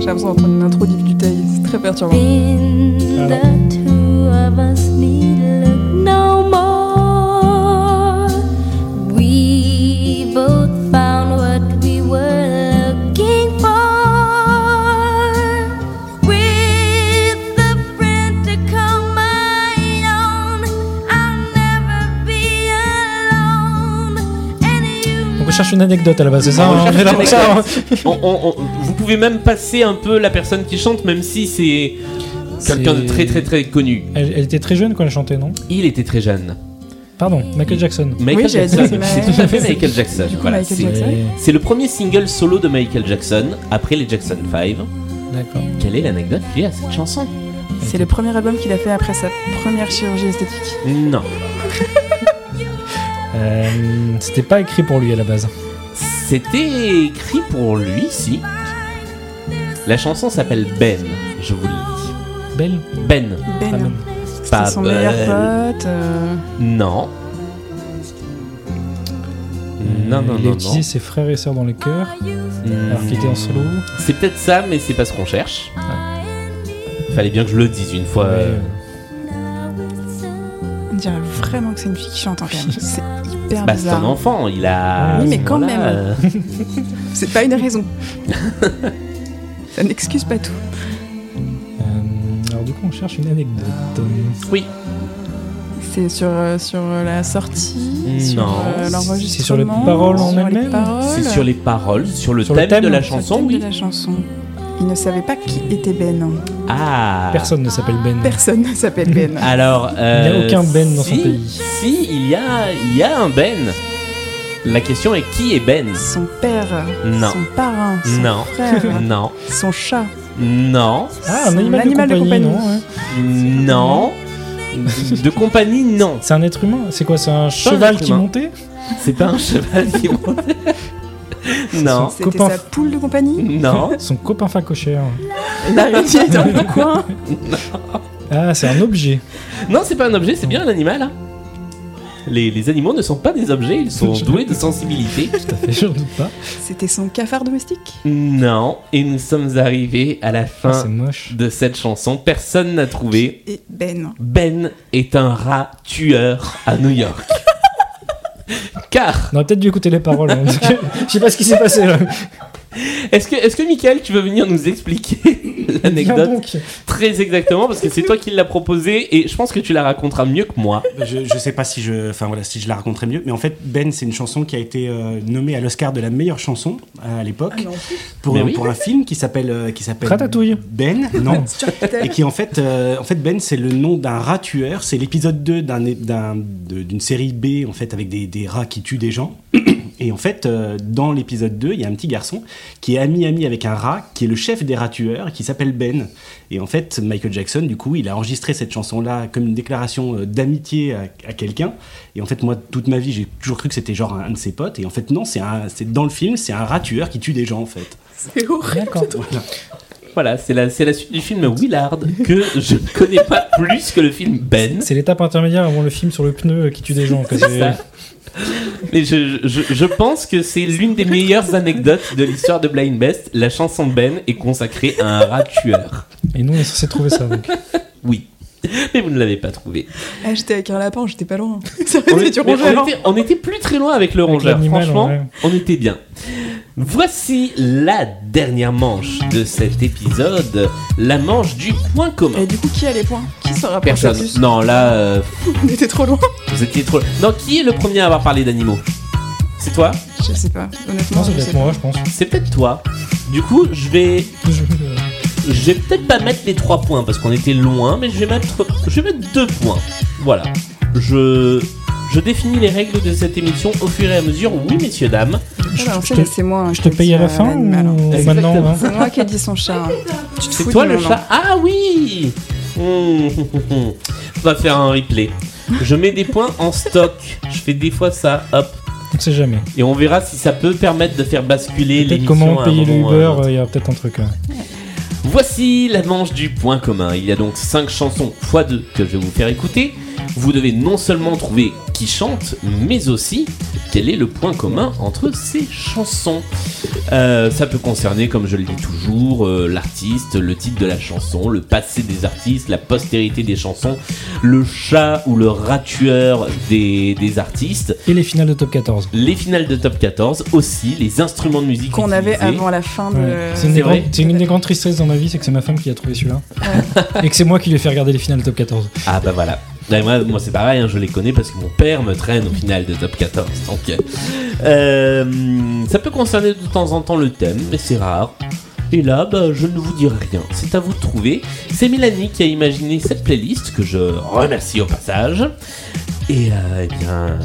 J'ai l'impression d'entendre une intro d'Yves Duteil, c'est très perturbant.
Been the two of us need look no more. We both found what we were looking for. With the friend to come my own, I'll never be alone. And you
Donc on cherche une anecdote à la base, c'est ça
On
hein,
cherche
on est là
une
pour ça, hein.
On- on- on- vous pouvez même passer un peu la personne qui chante, même si c'est quelqu'un de
C'est- Eh.
très très très connu.
Elle, elle était très jeune quand elle chantait, non
Il était très jeune.
Pardon, Michael Jackson.
Michael
Oui, j'allais dire,
Jackson.
c'est
C'est
ma-
tout à fait Michael Jackson. Voilà,
Michael
c'est-
Jackson.
C'est le premier single solo de Michael Jackson après les Jackson 5.
D'accord.
Quelle est l'anecdote liée à cette chanson
C'est le premier album qu'il a fait après sa première chirurgie esthétique.
Non.
Euh, C'était pas écrit pour lui à la base.
C'était écrit pour lui, si. La chanson s'appelle Ben, je vous le
Belle
dis. Ben,
Ah,
Ben,
Belle.
c'était
pas
son meilleur
Ben.
pote. euh,
Non. Non, non,
Il a
non,
utilisé
non. Mm.
ses frères et sœurs dans les chœurs, alors qu'il était en solo.
C'est peut-être ça, mais c'est pas ce qu'on cherche. Fallait bien que je le dise une fois. euh,
On dirait vraiment que c'est une fille qui chante en même. C'est hyper
Bah, c'est un
bizarre.
enfant, il a. à
Oui,
ce
mais quand
moment-là,
même.
euh,
C'est pas une raison. Ça n'excuse pas tout.
Euh, alors du coup, on cherche une anecdote.
Oui.
C'est sur, euh, sur euh, la sortie, sur
Non.
euh, l'enregistrement.
C'est sur les paroles en
sur les
elles-mêmes
paroles,
C'est sur les paroles, sur le,
Sur le
thème, de
thème.
la
sur le
chanson,
thème
oui.
de la chanson. Il ne savait pas qui était Ben.
Ah.
Personne ne s'appelle Ben.
Personne ne s'appelle Ben.
Alors.
n'y a
euh,
aucun Ben dans son
si-
pays.
Si, il y a, il y a un Ben. La question est qui est Ben
Son père,
Non.
son parrain, son
Non.
frère,
Non.
son chat,
Non.
Ah, un animal,
L'animal
de
de
compagnie,
compagnie.
non hein. ouais.
Non. De compagnie, non.
C'est un être humain C'est quoi C'est un cheval
être
qui
humain.
montait
C'est pas un cheval qui monte. Non. Mm.
son
C'était
copain,
sa poule de compagnie
Non.
son copain facochère.
Qui est dans le coin
Ah, c'est un objet.
Non, c'est pas un objet, c'est bien un animal. hein. Les, les animaux ne sont pas des objets, ils sont doués de sensibilité.
Tout à fait, j'en doute pas.
C'était son cafard domestique
Non. Et nous sommes arrivés à la
Ah, c'est
fin
moche.
de cette chanson. Personne n'a trouvé.
Et Ben.
Ben est un rat tueur à New York. Car,
On aurait peut-être dû écouter les paroles. hein, parce que Je sais pas ce qui s'est passé là.
est-ce que, est-ce que Michael, tu veux venir nous expliquer
Viens
l'anecdote
donc.
Très exactement, parce que c'est toi qui l'as proposé et je pense que tu la raconteras mieux que moi.
Je, je sais pas si je, enfin voilà, si je la raconterai mieux, mais en fait Ben, c'est une chanson qui a été euh, nommée à l'Oscar de la meilleure chanson euh, à l'époque pour,
Mais
un-
oui.
pour un film qui s'appelle euh, qui s'appelle
Ratatouille.
Ben, non. Et
Chuck
qui en fait, euh, en fait Ben, c'est le nom d'un rat tueur. C'est l'épisode 2 d'un, d'un- de- d'une série B en fait avec des, des rats qui tuent des gens. Et en fait, euh, dans l'épisode 2, il y a un petit garçon qui est ami-ami avec un rat, qui est le chef des rats tueurs, qui s'appelle Ben. Et en fait, Michael Jackson, du coup, il a enregistré cette chanson-là comme une déclaration euh, d'amitié à, à quelqu'un. Et en fait, moi, toute ma vie, j'ai toujours cru que c'était genre un, un de ses potes. Et en fait, non, c'est, un, c'est dans le film, c'est un rat tueur qui tue des gens, en fait.
C'est horrible
D'accord.
Voilà.
Voilà, c'est la, c'est la suite du film Willard que je ne connais pas plus que le film Ben.
C'est l'étape intermédiaire avant le film sur le pneu qui tue des gens. quoi. C'est-
ça. Mais je, je- je pense que c'est l'une des meilleures anecdotes de l'histoire de Blind Best. La chanson Ben est consacrée à un rat tueur.
Et nous, on est censé trouver ça. donc.
Oui. Mais vous ne l'avez pas trouvé.
Ah, j'étais avec un lapin, j'étais pas loin. Ça
On,
aurait
est-
du
mais
rongeur.
on était, on était plus très loin avec le
Avec
rongeur.
l'animal,
Franchement,
ouais.
on était bien. Voici la dernière manche de cet épisode. La manche du point commun.
Et du coup, qui a les points Qui s'en rapproche le
Personne.
plus
Non, là, euh,
On était trop loin
vous étiez trop. Non, qui est le premier à avoir parlé d'animaux C'est toi
Je sais pas, honnêtement.
Non, ça
je
doit
sais
être moi, je pense.
C'est peut-être toi. Du coup, je vais
Je-
Je vais peut-être pas mettre les 3 points parce qu'on était loin, mais je vais mettre, je vais mettre 2 points. Voilà. Je, je définis les règles de cette émission au fur et à mesure. Oui, messieurs, dames.
pas. Ah, bah, en
je
fait,
te-
c'est moi. hein,
Je te
qui
paye à
dit,
la
euh,
fin ou
l'animal, hein.
maintenant
Exactement.
hein
C'est moi qui ai dit son chat. hein. Tu te
C'est
fous
toi
du
le
moment.
chat Ah oui Hum, hum, hum, hum. On va faire un replay. Je mets des points en stock. Je fais des fois ça, hop.
On sait jamais.
Et on verra si ça peut permettre de faire basculer
Peut-être
l'émission.
comment
à un
payer le
moment, euh,
Uber, il y a peut-être un truc. hein.
Voici la manche du point commun. Il y a donc 5 chansons x 2 que je vais vous faire écouter. Vous devez non seulement trouver qui chante, mais aussi quel est le point commun entre ces chansons. Euh, ça peut concerner, comme je le dis toujours, euh, l'artiste, le titre de la chanson, le passé des artistes, la postérité des chansons, le chat ou le ratueur des, des artistes,
Et les finales de top 14.
les finales de top 14 aussi, les instruments de musique
Qu'on avait
utilisés.
avant la fin de.
Ouais. Euh, C'est une,
c'est
des
vrai.
grandes- c'est une des grandes tristesses dans ma vie, c'est que c'est ma femme qui a trouvé celui-là. Et que c'est moi qui lui ai fait regarder les finales de top 14.
Ah bah voilà. Ouais, moi, moi, c'est pareil, hein, je les connais parce que mon père me traîne au final de top 14. Donc, euh, euh, ça peut concerner de temps en temps le thème, mais c'est rare. Et là, bah, je ne vous dirai rien. C'est à vous de trouver. C'est Mélanie qui a imaginé cette playlist que je remercie au passage. Et euh, eh bien,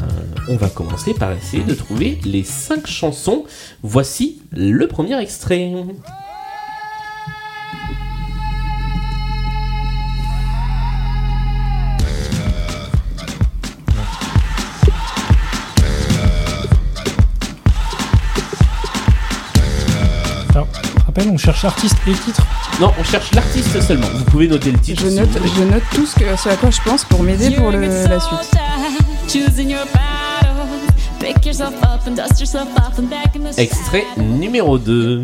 on va commencer par essayer de trouver les 5 chansons. Voici le premier extrait.
Alors, rappel, on cherche artiste et titre.
Non, on cherche l'artiste seulement. Vous pouvez noter le titre.
Je
si
note,
vous voulez.
je note tout ce, que, ce à quoi je pense pour m'aider pour le- la suite.
Choosing your battles. Pick yourself up and dust yourself off and back in the
Extrait numéro 2.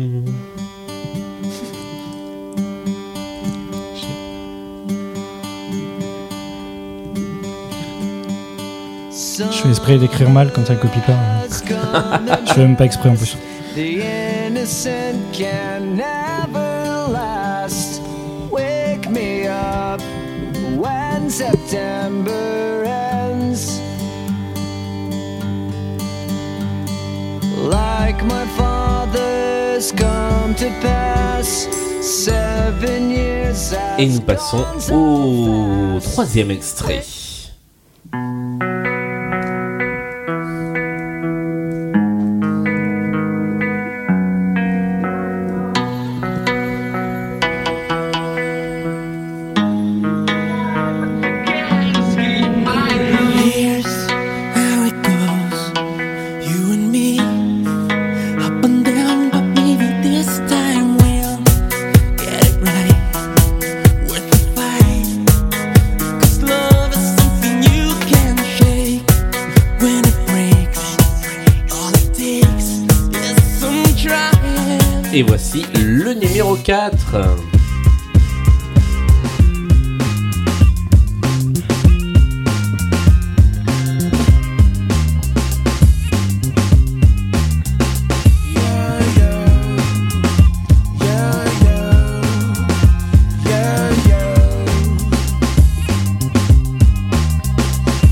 Je fais exprès d'écrire mal comme ça le copie pas. hein. Je fais même pas exprès en plus.
The innocent can never last. Wake me up when September ends. Like my father's come to pass. Seven years
Et nous passons au troisième extrait. et voici le numéro 4.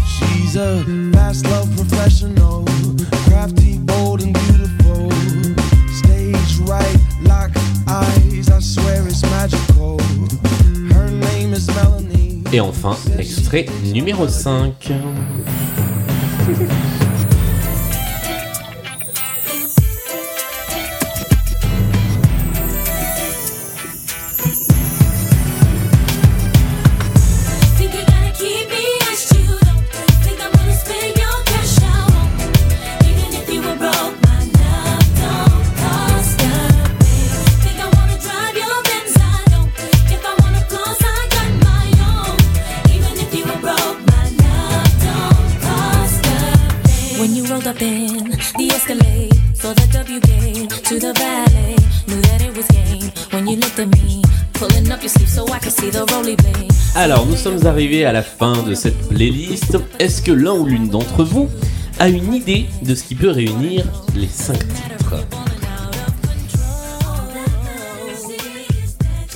She's a fast love professional, crafty, bold, and beautiful. Stage right, lock eyes, I swear it's magical. Her name is Melanie.
Et enfin, extrait numéro 5.
Think you're gonna keep me as you don't think I'm gonna spend your cash I won't. Even if you were broke, my love don't cost a thing. Think I wanna drive your Benz? I don't. If I wanna close, I got my own. Even if you were broke, my love don't cost a thing. When you rolled up in the Escalade, saw the W gate to the valet, knew that it was game. When you looked at me, pulling up your sleeve so I could see the rolly blade.
Alors, nous sommes arrivés à la fin de cette playlist. Est-ce que l'un ou l'une d'entre vous a une idée de ce qui peut réunir les 5 titres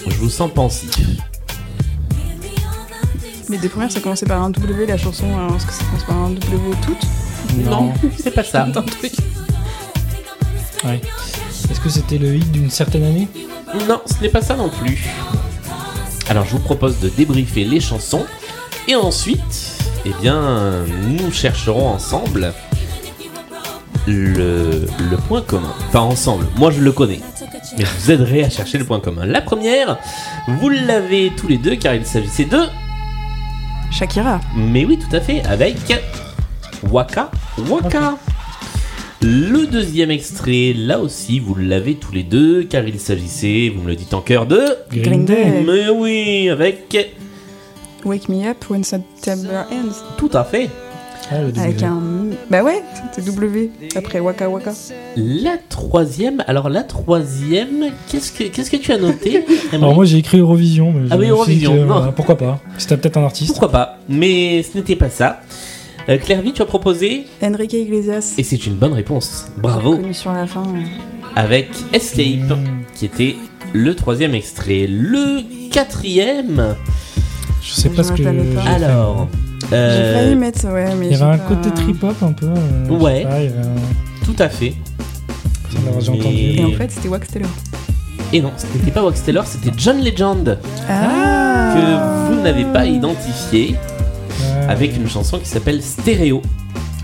Je vous sens pensif.
Mais des premières, ça commençait par un W la chanson. Alors, est-ce que ça commence par un W toute
Non, c'est pas ça.
Ouais. Est-ce que c'était le hit d'une certaine année
Non, ce n'est pas ça non plus. Alors je vous propose de débriefer les chansons et ensuite, eh bien, nous chercherons ensemble le, le point commun. Enfin ensemble, moi je le connais. Mais je vous aiderai à chercher le point commun. La première, vous l'avez tous les deux car il s'agissait de...
Shakira.
Mais oui, tout à fait, avec Waka Waka. Le deuxième extrait, là aussi, vous l'avez tous les deux, car il s'agissait, vous me le dites en cœur, de...
Green Day.
Mais oui, avec...
Wake me up when September ends.
Tout à fait.
Ah,
Avec un. Bah ouais, c'était W. Après Waka Waka.
La troisième, alors la troisième, qu'est-ce que, qu'est-ce que tu as noté
Alors
Emery
moi j'ai écrit Eurovision, mais je
Ah oui,
me suis dit
Eurovision,
que, euh,
non.
voilà, pourquoi pas C'était peut-être un artiste.
Pourquoi pas Mais ce n'était pas ça. Euh, Clairvy, tu as proposé,
Enrique Iglesias.
et c'est une bonne réponse. Bravo.
Connu sur la fin. ouais.
avec Escape,
Hmm.
qui était le troisième extrait. Le quatrième,
Je sais pas
Je
ce que.
m'appelle pas.
j'ai fait.
alors, euh,
J'ai failli mettre, ouais, mais.
Il y
j'ai
avait un
pas-
côté trip hop un peu. euh, je sais
Ouais.
pas, il y avait un-
tout à fait.
Ça, on l'a déjà
Mais-
entendu.
Et en fait, c'était Wax Taylor.
Et non, ce n'était pas Wax Taylor, c'était John Legend,
Ah
que vous n'avez pas identifié,
Ouais.
avec une chanson qui s'appelle Stéréo.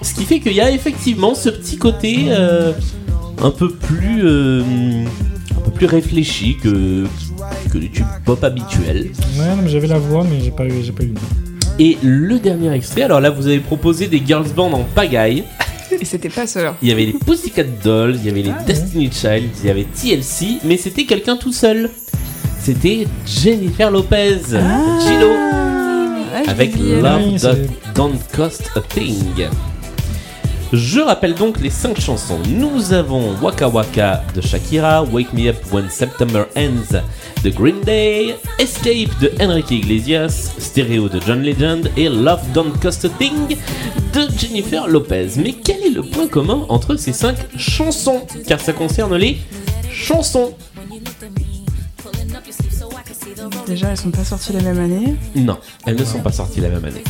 Ce qui fait qu'il y a effectivement ce petit côté euh, un peu plus. euh, un peu plus réfléchi que, que les tubes pop habituels.
Ouais, non, mais j'avais la voix, mais j'ai pas eu, j'ai pas eu. le nom.
Et le dernier extrait, alors là vous avez proposé des girls band en pagaille.
Et c'était pas cela.
Il y avait les Pussycat Dolls, il y avait les
Ah ouais.
Destiny Child, il y avait TLC, mais c'était quelqu'un tout seul. C'était Jennifer Lopez, Gilo,
Ah, je
avec
l'oubliais.
Love
Oui,
That
c'est-
Don't Cost a Thing. Je rappelle donc les 5 chansons. Nous avons Waka Waka de Shakira, Wake Me Up When September Ends de Green Day, Escape de Enrique Iglesias, Stereo de John Legend et Love Don't Cost a Thing de Jennifer Lopez. Mais quel est le point commun entre ces 5 chansons Car ça concerne les chansons.
Déjà, elles sont pas sorties la même année.
Non, elles ne sont pas sorties la même année.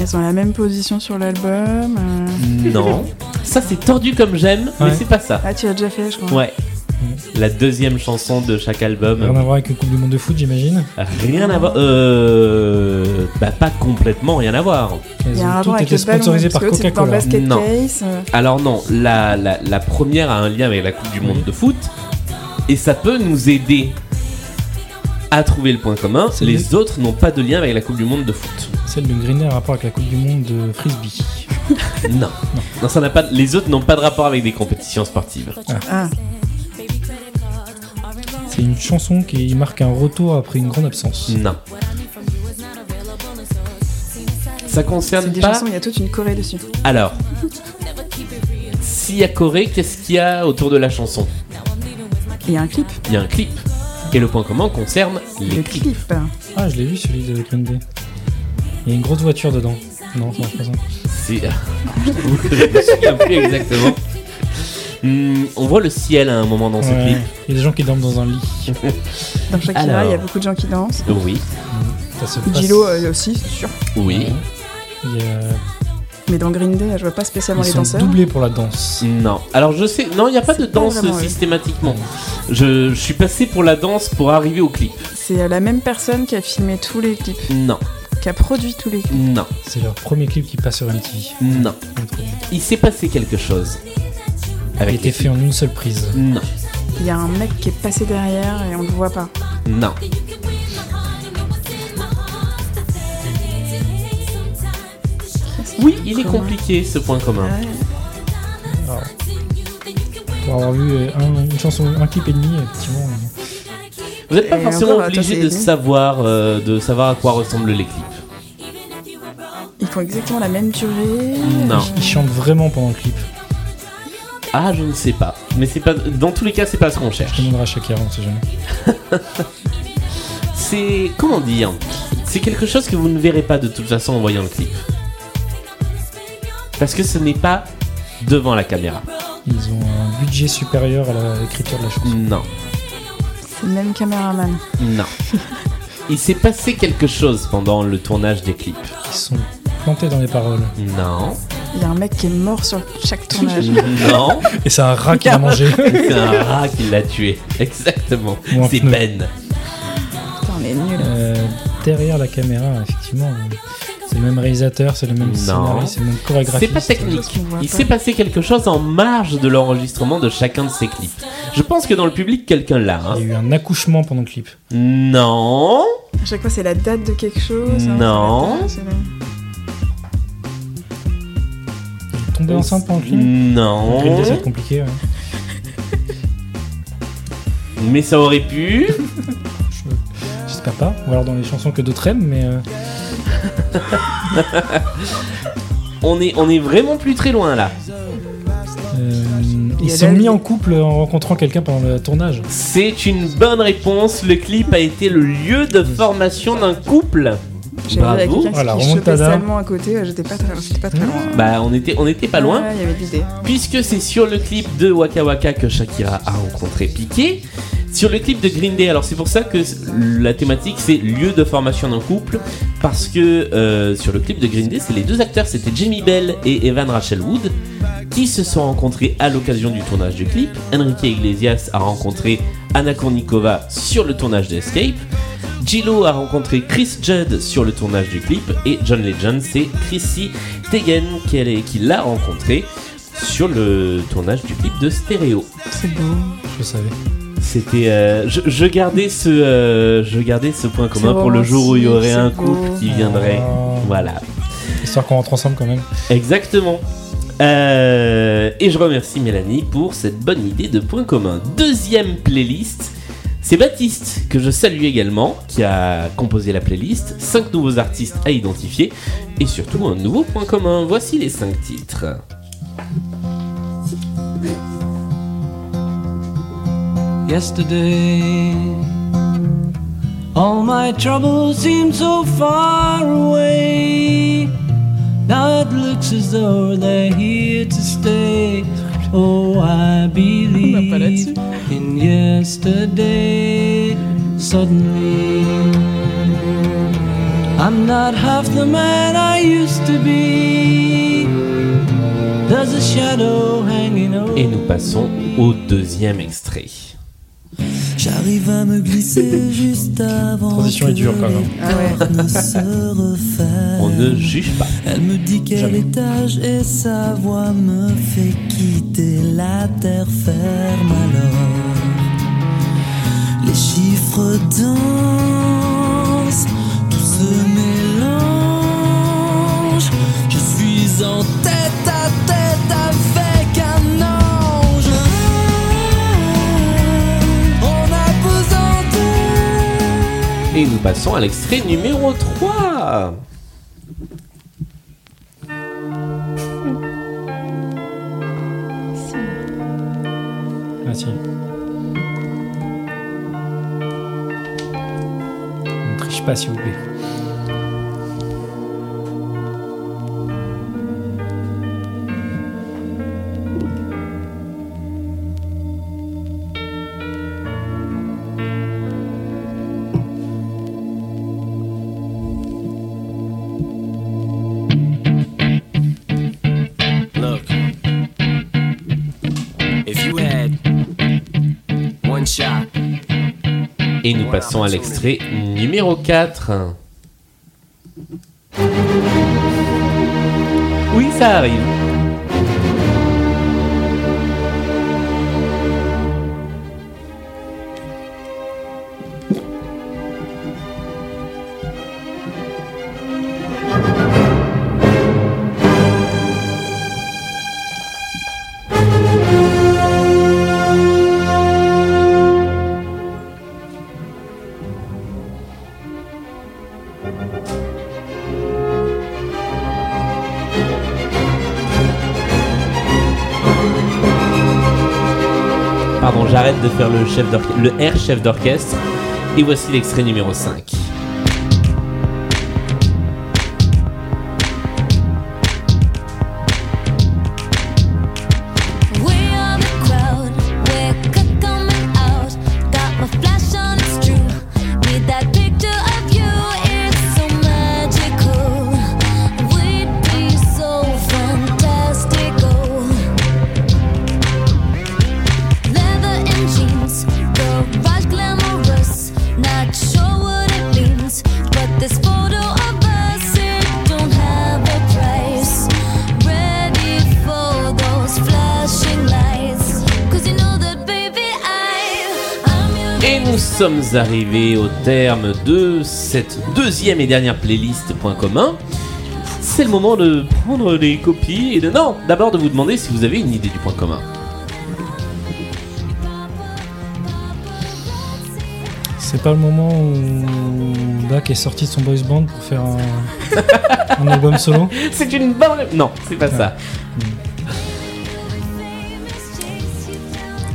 Elles sont à la même position sur l'album. euh.
Non. Ça c'est tordu comme j'aime, mais
Ouais.
c'est pas ça.
Ah, tu l'as déjà fait, je crois.
Ouais. La deuxième chanson de chaque
Rien
album.
à voir avec le Coupe du Monde de foot, j'imagine.
Rien à voir. Euh. Bah, pas complètement rien à voir.
Elles
Il y a
ont
un rapport
toutes
avec
été
le ballon,
sponsorisées
parce
par
que l'autre, c'était dans
Coca-Cola.
Basket
Non.
Case. euh.
Alors, non, la, la, la première a un lien avec la Coupe du Monde de foot. Et ça peut nous aider à trouver le point commun.
C'est
Les
vrai.
autres n'ont pas de lien avec la Coupe du Monde de foot.
Celle de Green Day a un rapport avec la Coupe du Monde de frisbee.
Non. Non, ça n'a pas. Les autres n'ont pas de rapport avec des compétitions sportives.
Ah,
C'est une chanson qui marque un retour après une grande absence.
Non. Ça
c'est
concerne
des
pas.
chansons, il y a toute une Corée dessus.
Alors, si Sia Coré, qu'est-ce qu'il y a autour de la chanson
Il y a un clip.
Il y a un clip. Et le point commun concerne les
Le
clips.
clip.
Ah, je l'ai vu celui de Green Day. Il y a une grosse voiture dedans. Non, c'est pas présent.
C'est. je me souviens plus exactement. Hmm, on voit le ciel à un moment dans ce
Ouais.
clip.
Il y a des gens qui dorment dans un lit.
Dans Shakira,
Alors.
il y a beaucoup de gens qui dansent.
Oui,
Ça se passe.
Gilo euh, aussi, c'est sûr.
oui.
Il y a-
Mais dans Green Day, je vois pas spécialement
Ils
les
sont
danseurs.
doublés pour la danse.
Non. Alors je sais, non, il n'y a pas de
pas
danse
vraiment, oui.
systématiquement. Je, je suis passé pour la danse pour arriver au clip.
C'est euh, la même personne qui a filmé tous les clips,
Non,
qui a produit tous les clips.
non,
C'est leur premier clip qui passe sur MTV.
non. Il s'est passé quelque chose.
Il
Avec
était
les
fait en une seule prise.
Non,
Il y a un mec qui est passé derrière et on le voit pas.
non. Oui, il est compliqué ce point commun.
Ouais.
Alors, pour avoir vu euh, un- une chanson, un clip et demi, effectivement. euh,
Vous n'êtes pas
Et
forcément
encore,
obligé
attends,
de
c'est-
savoir, euh, de savoir à quoi ressemblent les clips.
Ils font exactement la même durée.
Non.
Ils chantent vraiment pendant le clip.
Ah, je ne sais pas. Mais c'est pas. Dans tous les cas, c'est pas ce qu'on
Je
cherche.
demanderai à Shakira, on sait jamais.
C'est comment dire C'est quelque chose que vous ne verrez pas de toute façon en voyant le clip. Parce que ce n'est pas devant la caméra.
Ils ont un budget supérieur à la- l'écriture de la chanson.
Non,
C'est le même caméraman.
non. Il s'est passé quelque chose pendant le tournage des clips.
Ils sont plantés dans les paroles.
Non,
Il y a un mec qui est mort sur chaque tournage.
non.
Et c'est un rat qui l'a mangé.
C'est un rat qui l'a tué. Exactement.
Ou un
C'est
pneu.
Ben.
Putain, on est nuls.
Euh, derrière la caméra, effectivement. euh, C'est le même réalisateur, c'est le même
Non.
scénariste, c'est le même chorégraphiste.
C'est pas
quelque
technique.
chose qu'on voit
Il
pas.
s'est passé quelque chose en marge de l'enregistrement de chacun de ces clips. Je pense que dans le public, quelqu'un l'a. hein.
Il y a eu un accouchement pendant le clip.
Non.
À chaque fois, c'est la date de quelque chose. hein,
Non.
c'est la date, c'est
Ils
Euh,
tombé enceinte pendant le clip. Green Day, ça va
Non.
être compliqué. ouais.
Mais ça aurait pu.
Je- J'espère pas. Ou alors dans les chansons que d'autres aiment, mais euh,
On est, on est vraiment plus très loin là.
euh,
Il y
ils
a
se sont
la-
mis en couple en rencontrant quelqu'un pendant le tournage.
C'est une bonne réponse. Le clip a été le lieu de formation d'un couple.
la- J'ai vu
Bravo.
avec quelqu'un
Voilà,
qui chopait
remontada.
seulement à côté. euh, J'étais pas très, j'étais pas très loin.
Bah, on était, on était pas loin.
Ouais, Il y avait de l'idée.
Puisque c'est sur le clip de Waka Waka que Shakira a rencontré Piqué. Sur le clip de Green Day, alors c'est pour ça que la thématique c'est lieu de formation d'un couple, parce que euh, sur le clip de Green Day, c'est les deux acteurs, c'était Jamie Bell et Evan Rachel Wood, qui se sont rencontrés à l'occasion du tournage du clip. Enrique Iglesias a rencontré Anna Kournikova sur le tournage de Escape. Gillo a rencontré Chris Judd sur le tournage du clip et John Legend, c'est Chrissy Teigen qui elle est- qui l'a rencontré sur le tournage du clip de Stéréo.
C'est beau.
Je savais.
C'était, euh, je, je gardais ce, euh, je gardais ce point commun
C'est
pour le jour où il y aurait
romantique,
un
c'est
couple
beau.
qui viendrait.
Ah.
Voilà,
Histoire qu'on rentre ensemble quand même.
exactement. Euh, et je remercie Mélanie pour cette bonne idée de point commun. Deuxième playlist. C'est Baptiste, que je salue également, qui a composé la playlist, Cinq nouveaux artistes à identifier, et surtout un nouveau point commun. Voici les cinq titres.
Yesterday, all my troubles seem so far away. Now it looks as though they're here to stay. Oh, I believe in yesterday. Suddenly, I'm not half the man I used to be. There's a shadow hanging over.
Et nous passons au deuxième extrait.
J'arrive à me glisser juste avant.
Transition est dure, quand même.
Ah
que les portes ne se referment.
On ne juge pas.
Elle me dit quel étage et sa voix me fait quitter la terre ferme alors. Les chiffres dansent, tout se mélange. Je suis en tête à tête avec un ange. On a pesanté.
Et nous passons à l'extrait numéro 3.
Ah si. Ne triche pas, s'il vous plaît.
Look, if you had one shot,
Et nous passons à l'extrait numéro 4. Oui, ça arrive. Pardon, j'arrête de faire le, chef d'orche- le R chef d'orchestre. Et voici l'extrait numéro 5.
We are the crowd, we're coming out. Got my flash on, it's true. Need that picture of you, it's so magical. We'd be so fantastical. Leather and jeans, garage glamorous. Not sure what it means, but this photo of us it don't have a price. Ready for those flashing lights, 'cause you know that, baby, I.
Et nous sommes arrivés au terme de cette deuxième et dernière playlist Point commun. C'est le moment de prendre les copies et de... Non, d'abord de vous demander si vous avez une idée du point commun.
C'est pas le moment où Bach est sorti de son boys band pour faire un, un album solo
C'est une bonne réponse. Non, c'est pas ça.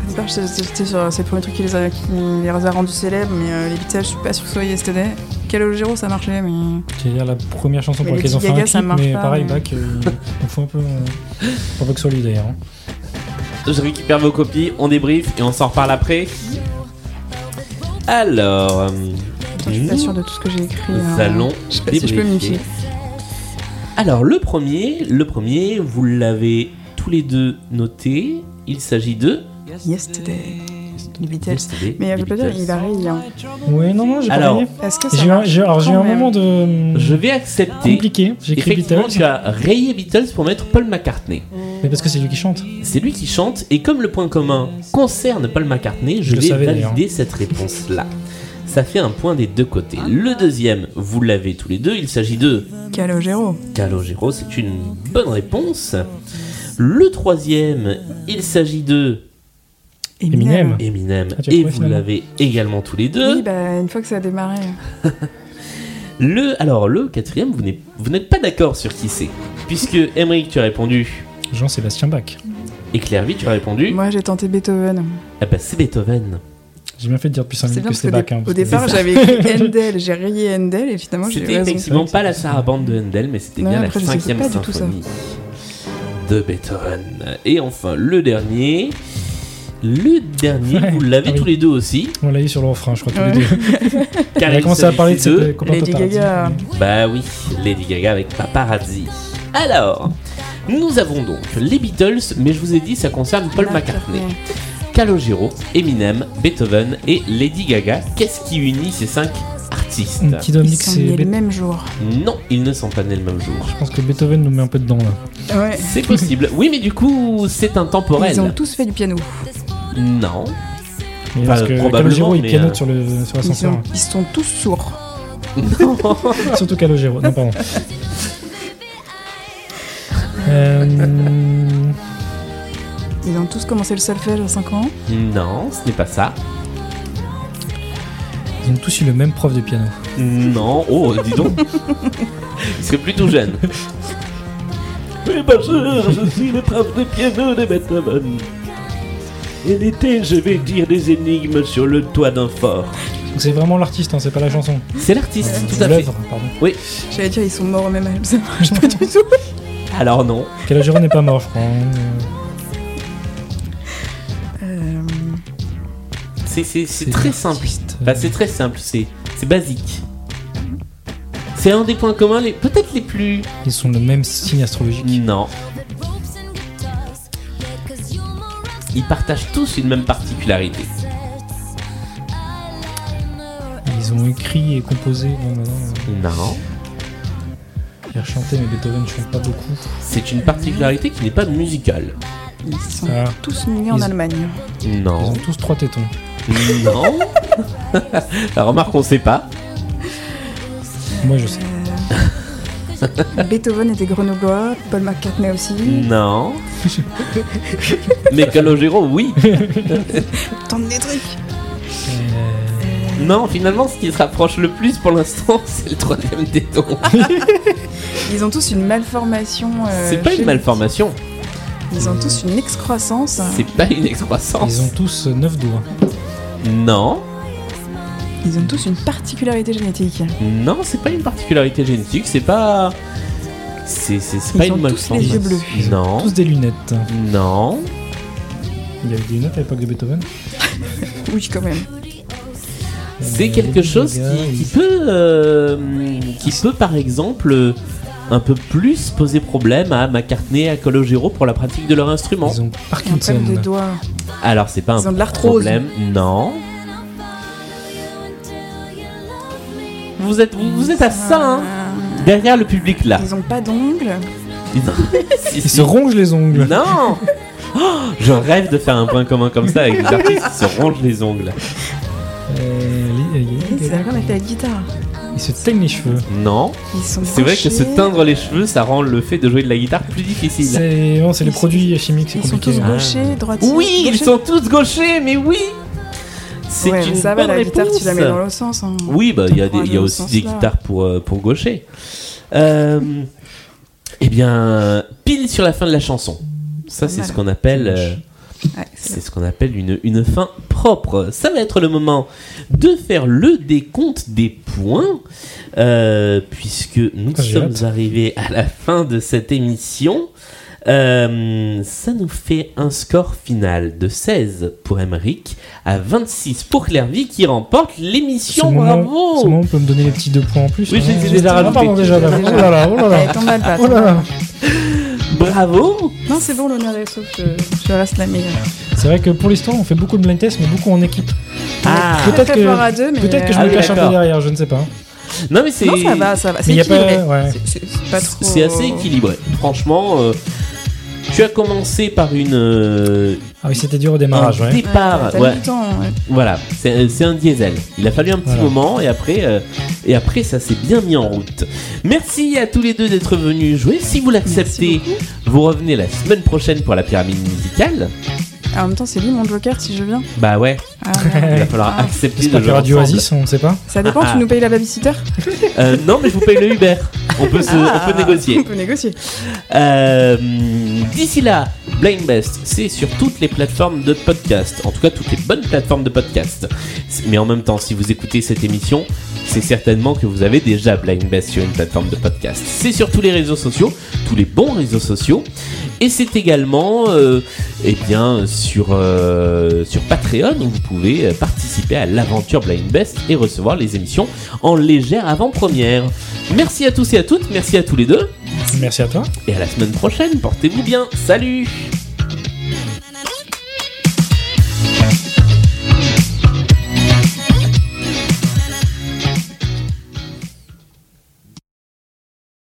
Au départ, j'étais- j'étais sur- C'est le premier truc qui les a, qui les a rendus célèbres, mais euh, les Beatles, je suis pas sûre que ce soit Yesterday. Calogero, ça marchait, mais.
J'allais dire la première chanson
Mais
pour laquelle ils ont
Lady
fait un
Gaga, ça
clip,
marche
mais
pas,
pareil,
mais-
Bach, euh, on fout un peu. euh, Faut pas que ce soit lui d'ailleurs. hein.
Je récupère vos copies, on débrief et on s'en reparle après. Alors, euh,
Je suis pas
nous
sûre de tout ce que j'ai écrit. euh,
allons
Je sais pas si je peux m'y
débriefer.
fier.
Alors le premier, le premier, vous l'avez tous les deux noté. Il s'agit de
Yesterday. Les Beatles.
Yesterday,
Mais euh, je
les
peux pas dire,
Beatles.
il a ri. hein.
Oui, non, non, j'ai pas
Alors-
gagné.
Est-ce que ça
J'ai eu un,
marche
j'ai- alors, j'ai eu
quand
un
même
moment de. euh,
Je vais accepter.
Compliqué, j'ai écrit
Effectivement,
Beatles.
tu as rayé Beatles pour mettre Paul McCartney.
Mais parce que c'est lui qui chante.
C'est lui qui chante et comme le point commun concerne Paul McCartney, je,
Je le
vais
savais,
valider
d'ailleurs.
cette réponse-là. Ça fait un point des deux côtés. Le deuxième, vous l'avez tous les deux, il s'agit de
Calogero.
Calogero, c'est une bonne réponse. Le troisième, il s'agit de
Eminem.
Eminem.
Ah, tu as
et
trouvé,
vous
finalement.
l'avez également tous les deux.
Oui, bah, une fois que ça a démarré.
Le, alors le quatrième, vous n'êtes- vous n'êtes pas d'accord sur qui c'est, puisque Emmerich tu as répondu
Jean-Sébastien Bach.
et Clairvy tu as répondu.
Moi, j'ai tenté Beethoven.
Ah bah c'est Beethoven.
J'ai bien fait de dire depuis 5
C'est bien
minutes que
parce qu'au
c'est Bach. hein,
dé- au
parce que-
départ, j'avais écrit Handel, j'ai rayé Handel et finalement, j'ai eu
C'était
raison.
effectivement pas la sarabande de Handel, mais c'était
Non,
bien la
après, je sais
cinquième
pas du tout ça.
symphonie de Beethoven. Et enfin le dernier, le dernier,
Ouais,
vous l'avez
ah oui.
tous les deux aussi.
On l'a eu sur le refrain, je crois, tous
Ouais.
les deux.
Car
On a
il
commencé à
s'agit
parler de
de
cette copain
Lady Gaga. euh,
Bah oui, Lady Gaga avec Paparazzi. Alors, nous avons donc les Beatles, mais je vous ai dit, ça concerne Paul McCartney, Calogero, Eminem, Beethoven et Lady Gaga. Qu'est-ce qui unit ces cinq artistes
Un petit Dominique,
Ils sont
c'est.
nés le
Beethoven.
même jour.
Non, ils ne sont pas nés le même jour.
Je pense que Beethoven nous met un peu dedans là.
Ouais.
C'est possible. Oui, mais du coup, c'est
Ils ont
intemporel.
tous fait du piano.
Non.
Mais
Enfin,
parce que
probablement,
Calogero il
mais,
pianote
euh,
sur le sur
Ils,
l'ascenseur.
ont- ils sont tous sourds.
Surtout Calogero. Non, pardon. Euh,
Ils ont tous commencé le solfège à 5 ans.
Non, ce n'est pas ça.
Ils ont tous eu le même prof de piano.
Non, oh, dis donc. Il serait plutôt jeune. Oui, bonjour, je suis le prof de piano de Beethoven. Et l'été, je vais dire des énigmes sur le toit d'un fort.
Donc c'est vraiment l'artiste, hein, c'est pas la chanson.
C'est l'artiste,
Ouais,
tout à fait.
L'œuvre, pardon.
Oui.
J'allais dire, ils sont morts au même âge, ça marche pas du tout.
Alors non.
Calogero n'est pas mort, je crois. hein.
Euh,
C'est- C'est c'est très simple.
euh,
Enfin, Bah, c'est très simple, c'est c'est basique. C'est un des points communs, les- peut-être les plus.
Ils ont le même signe astrologique.
Non. Ils partagent tous une même particularité.
Ils ont écrit et composé. Non, non,
non. Non.
Ils ont chanté, mais Beethoven ne chante pas beaucoup.
C'est une particularité qui n'est pas musicale.
Ils
Mm.
sont
Ah.
tous nés en
Ils-
Allemagne.
Ils
Non.
ont tous trois tétons.
Non. Alors, remarque, on sait pas.
Moi, je sais.
Beethoven était grenoblois, Paul McCartney aussi.
Mm.
Non. Mais Calogero, oui.
Tant de des trucs.
Euh,
non, finalement, ce qui se rapproche le plus pour l'instant, c'est le troisième téton.
Ils ont tous une malformation. euh,
c'est pas une
génique.
malformation,
Ils ont tous une excroissance.
c'est pas une excroissance.
Ils ont tous 9 doigts.
Non.
Ils ont tous une particularité génétique.
Non, c'est pas une particularité génétique, c'est pas. C'est c'est- c'est
Ils
pas
ont
une
tous les
malformation.
yeux bleus. Ils
Non.
Tous des lunettes.
Non.
Il y avait des lunettes à l'époque de Beethoven.
Oui, quand même.
C'est quelque chose qui, qui peut. euh, qui peut, par exemple, euh, un peu plus poser problème à McCartney et à Cologero pour la pratique de leur instrument.
Ils ont
Parkinson. Un problème de doigts.
Alors, c'est pas
Ils
un
ont de l'arthrose.
problème. Non. Vous êtes, vous, vous êtes à ça, hein Derrière le public là.
Ils ont pas d'ongles.
Ils
se rongent les ongles.
Non Oh, Je rêve de faire un point commun comme ça avec des artistes qui se rongent les ongles.
Euh, les- les- les-
C'est d'accord avec la guitare.
Ils se teignent les cheveux.
Non.
Ils sont
C'est vrai
branchés.
que se teindre les cheveux, ça rend le fait de jouer de la guitare plus difficile.
C'est non, c'est les produits chimiques, c'est
Ils sont
compliqué.
tous
Ah.
gauchers, droitiers.
Oui, ils
gauchers.
sont tous gauchers, mais oui C'est
Ouais, mais
une
ça va,
bonne
la guitare,
réponse.
tu la mets dans le sens, hein.
Oui, bah, il y a,
T'en
des- il y a
prends
aussi
dans le
des
sens, là.
guitares pour, euh, pour gauchers. Euh, eh bien, pile sur la fin de la chanson. Ça, c'est
mal.
ce qu'on appelle... euh, c'est ce qu'on appelle une, une fin propre. Ça va être le moment de faire le décompte des points, euh, puisque nous
Ah, j'ai
sommes
hâte.
arrivés à la fin de cette émission. Euh, ça nous fait un score final de 16 pour Emmerich à 26 pour Clairvy qui remporte
Ce
l'émission.
moment, ce
Bravo
moment, on peut me donner les petits deux points en plus.
Oui,
hein.
je les ai déjà
Ah,
rajoutés.
pardon, déjà, là. Oh là là, oh là là.
Elle tombe mal, pas,
Oh là
tombe
là.
mal.
Bravo
Non, c'est bon, l'honneur est sauf. Je, je reste la meilleure.
C'est vrai que pour l'histoire, on fait beaucoup de blind tests, mais beaucoup en équipe.
Ah.
Peut-être
Très
que,
fort à deux, mais-
peut-être que je
Ah
me
oui,
cache un peu
d'accord.
derrière, je ne sais pas.
Non mais c'est
Non, ça va, ça va. C'est
Mais y a pas-
équilibré.
ouais.
C'est- C'est c'est pas trop.
c'est assez équilibré. Franchement, euh, tu as commencé par une euh,
Ah oui, c'était dur au démarrage,
un
ouais.
départ.
T'as
ouais.
mis du temps, ouais.
Voilà, c'est c'est un diesel. Il a fallu un petit
Voilà.
moment et après, euh, et après ça s'est bien mis en route. Merci à tous les deux d'être venus jouer. Si vous l'acceptez, vous revenez la semaine prochaine pour la pyramide musicale.
En même temps, c'est lui mon joker si je viens.
Bah ouais,
Ah,
il va
ouais.
falloir accepter de
J'espère qu'il y
jouer
aura du
ensemble.
Oasis, on ne sait pas.
Ça dépend,
Ah,
tu nous payes la babysitter
Euh, non, mais je vous paye le Uber. On peut, se,
Ah.
on peut négocier.
On peut négocier.
Euh, D'ici là, Blind Best, c'est sur toutes les plateformes de podcast. En tout cas, toutes les bonnes plateformes de podcast. Mais en même temps, si vous écoutez cette émission, c'est certainement que vous avez déjà Blind Best sur une plateforme de podcast. C'est sur tous les réseaux sociaux, tous les bons réseaux sociaux. Et c'est également euh, eh bien, sur, euh, sur Patreon où vous pouvez euh, participer à l'aventure Blind Best et recevoir les émissions en légère avant-première. Merci à tous et à toutes, merci à tous les deux.
Merci à toi.
Et à la semaine prochaine, portez-vous bien. Salut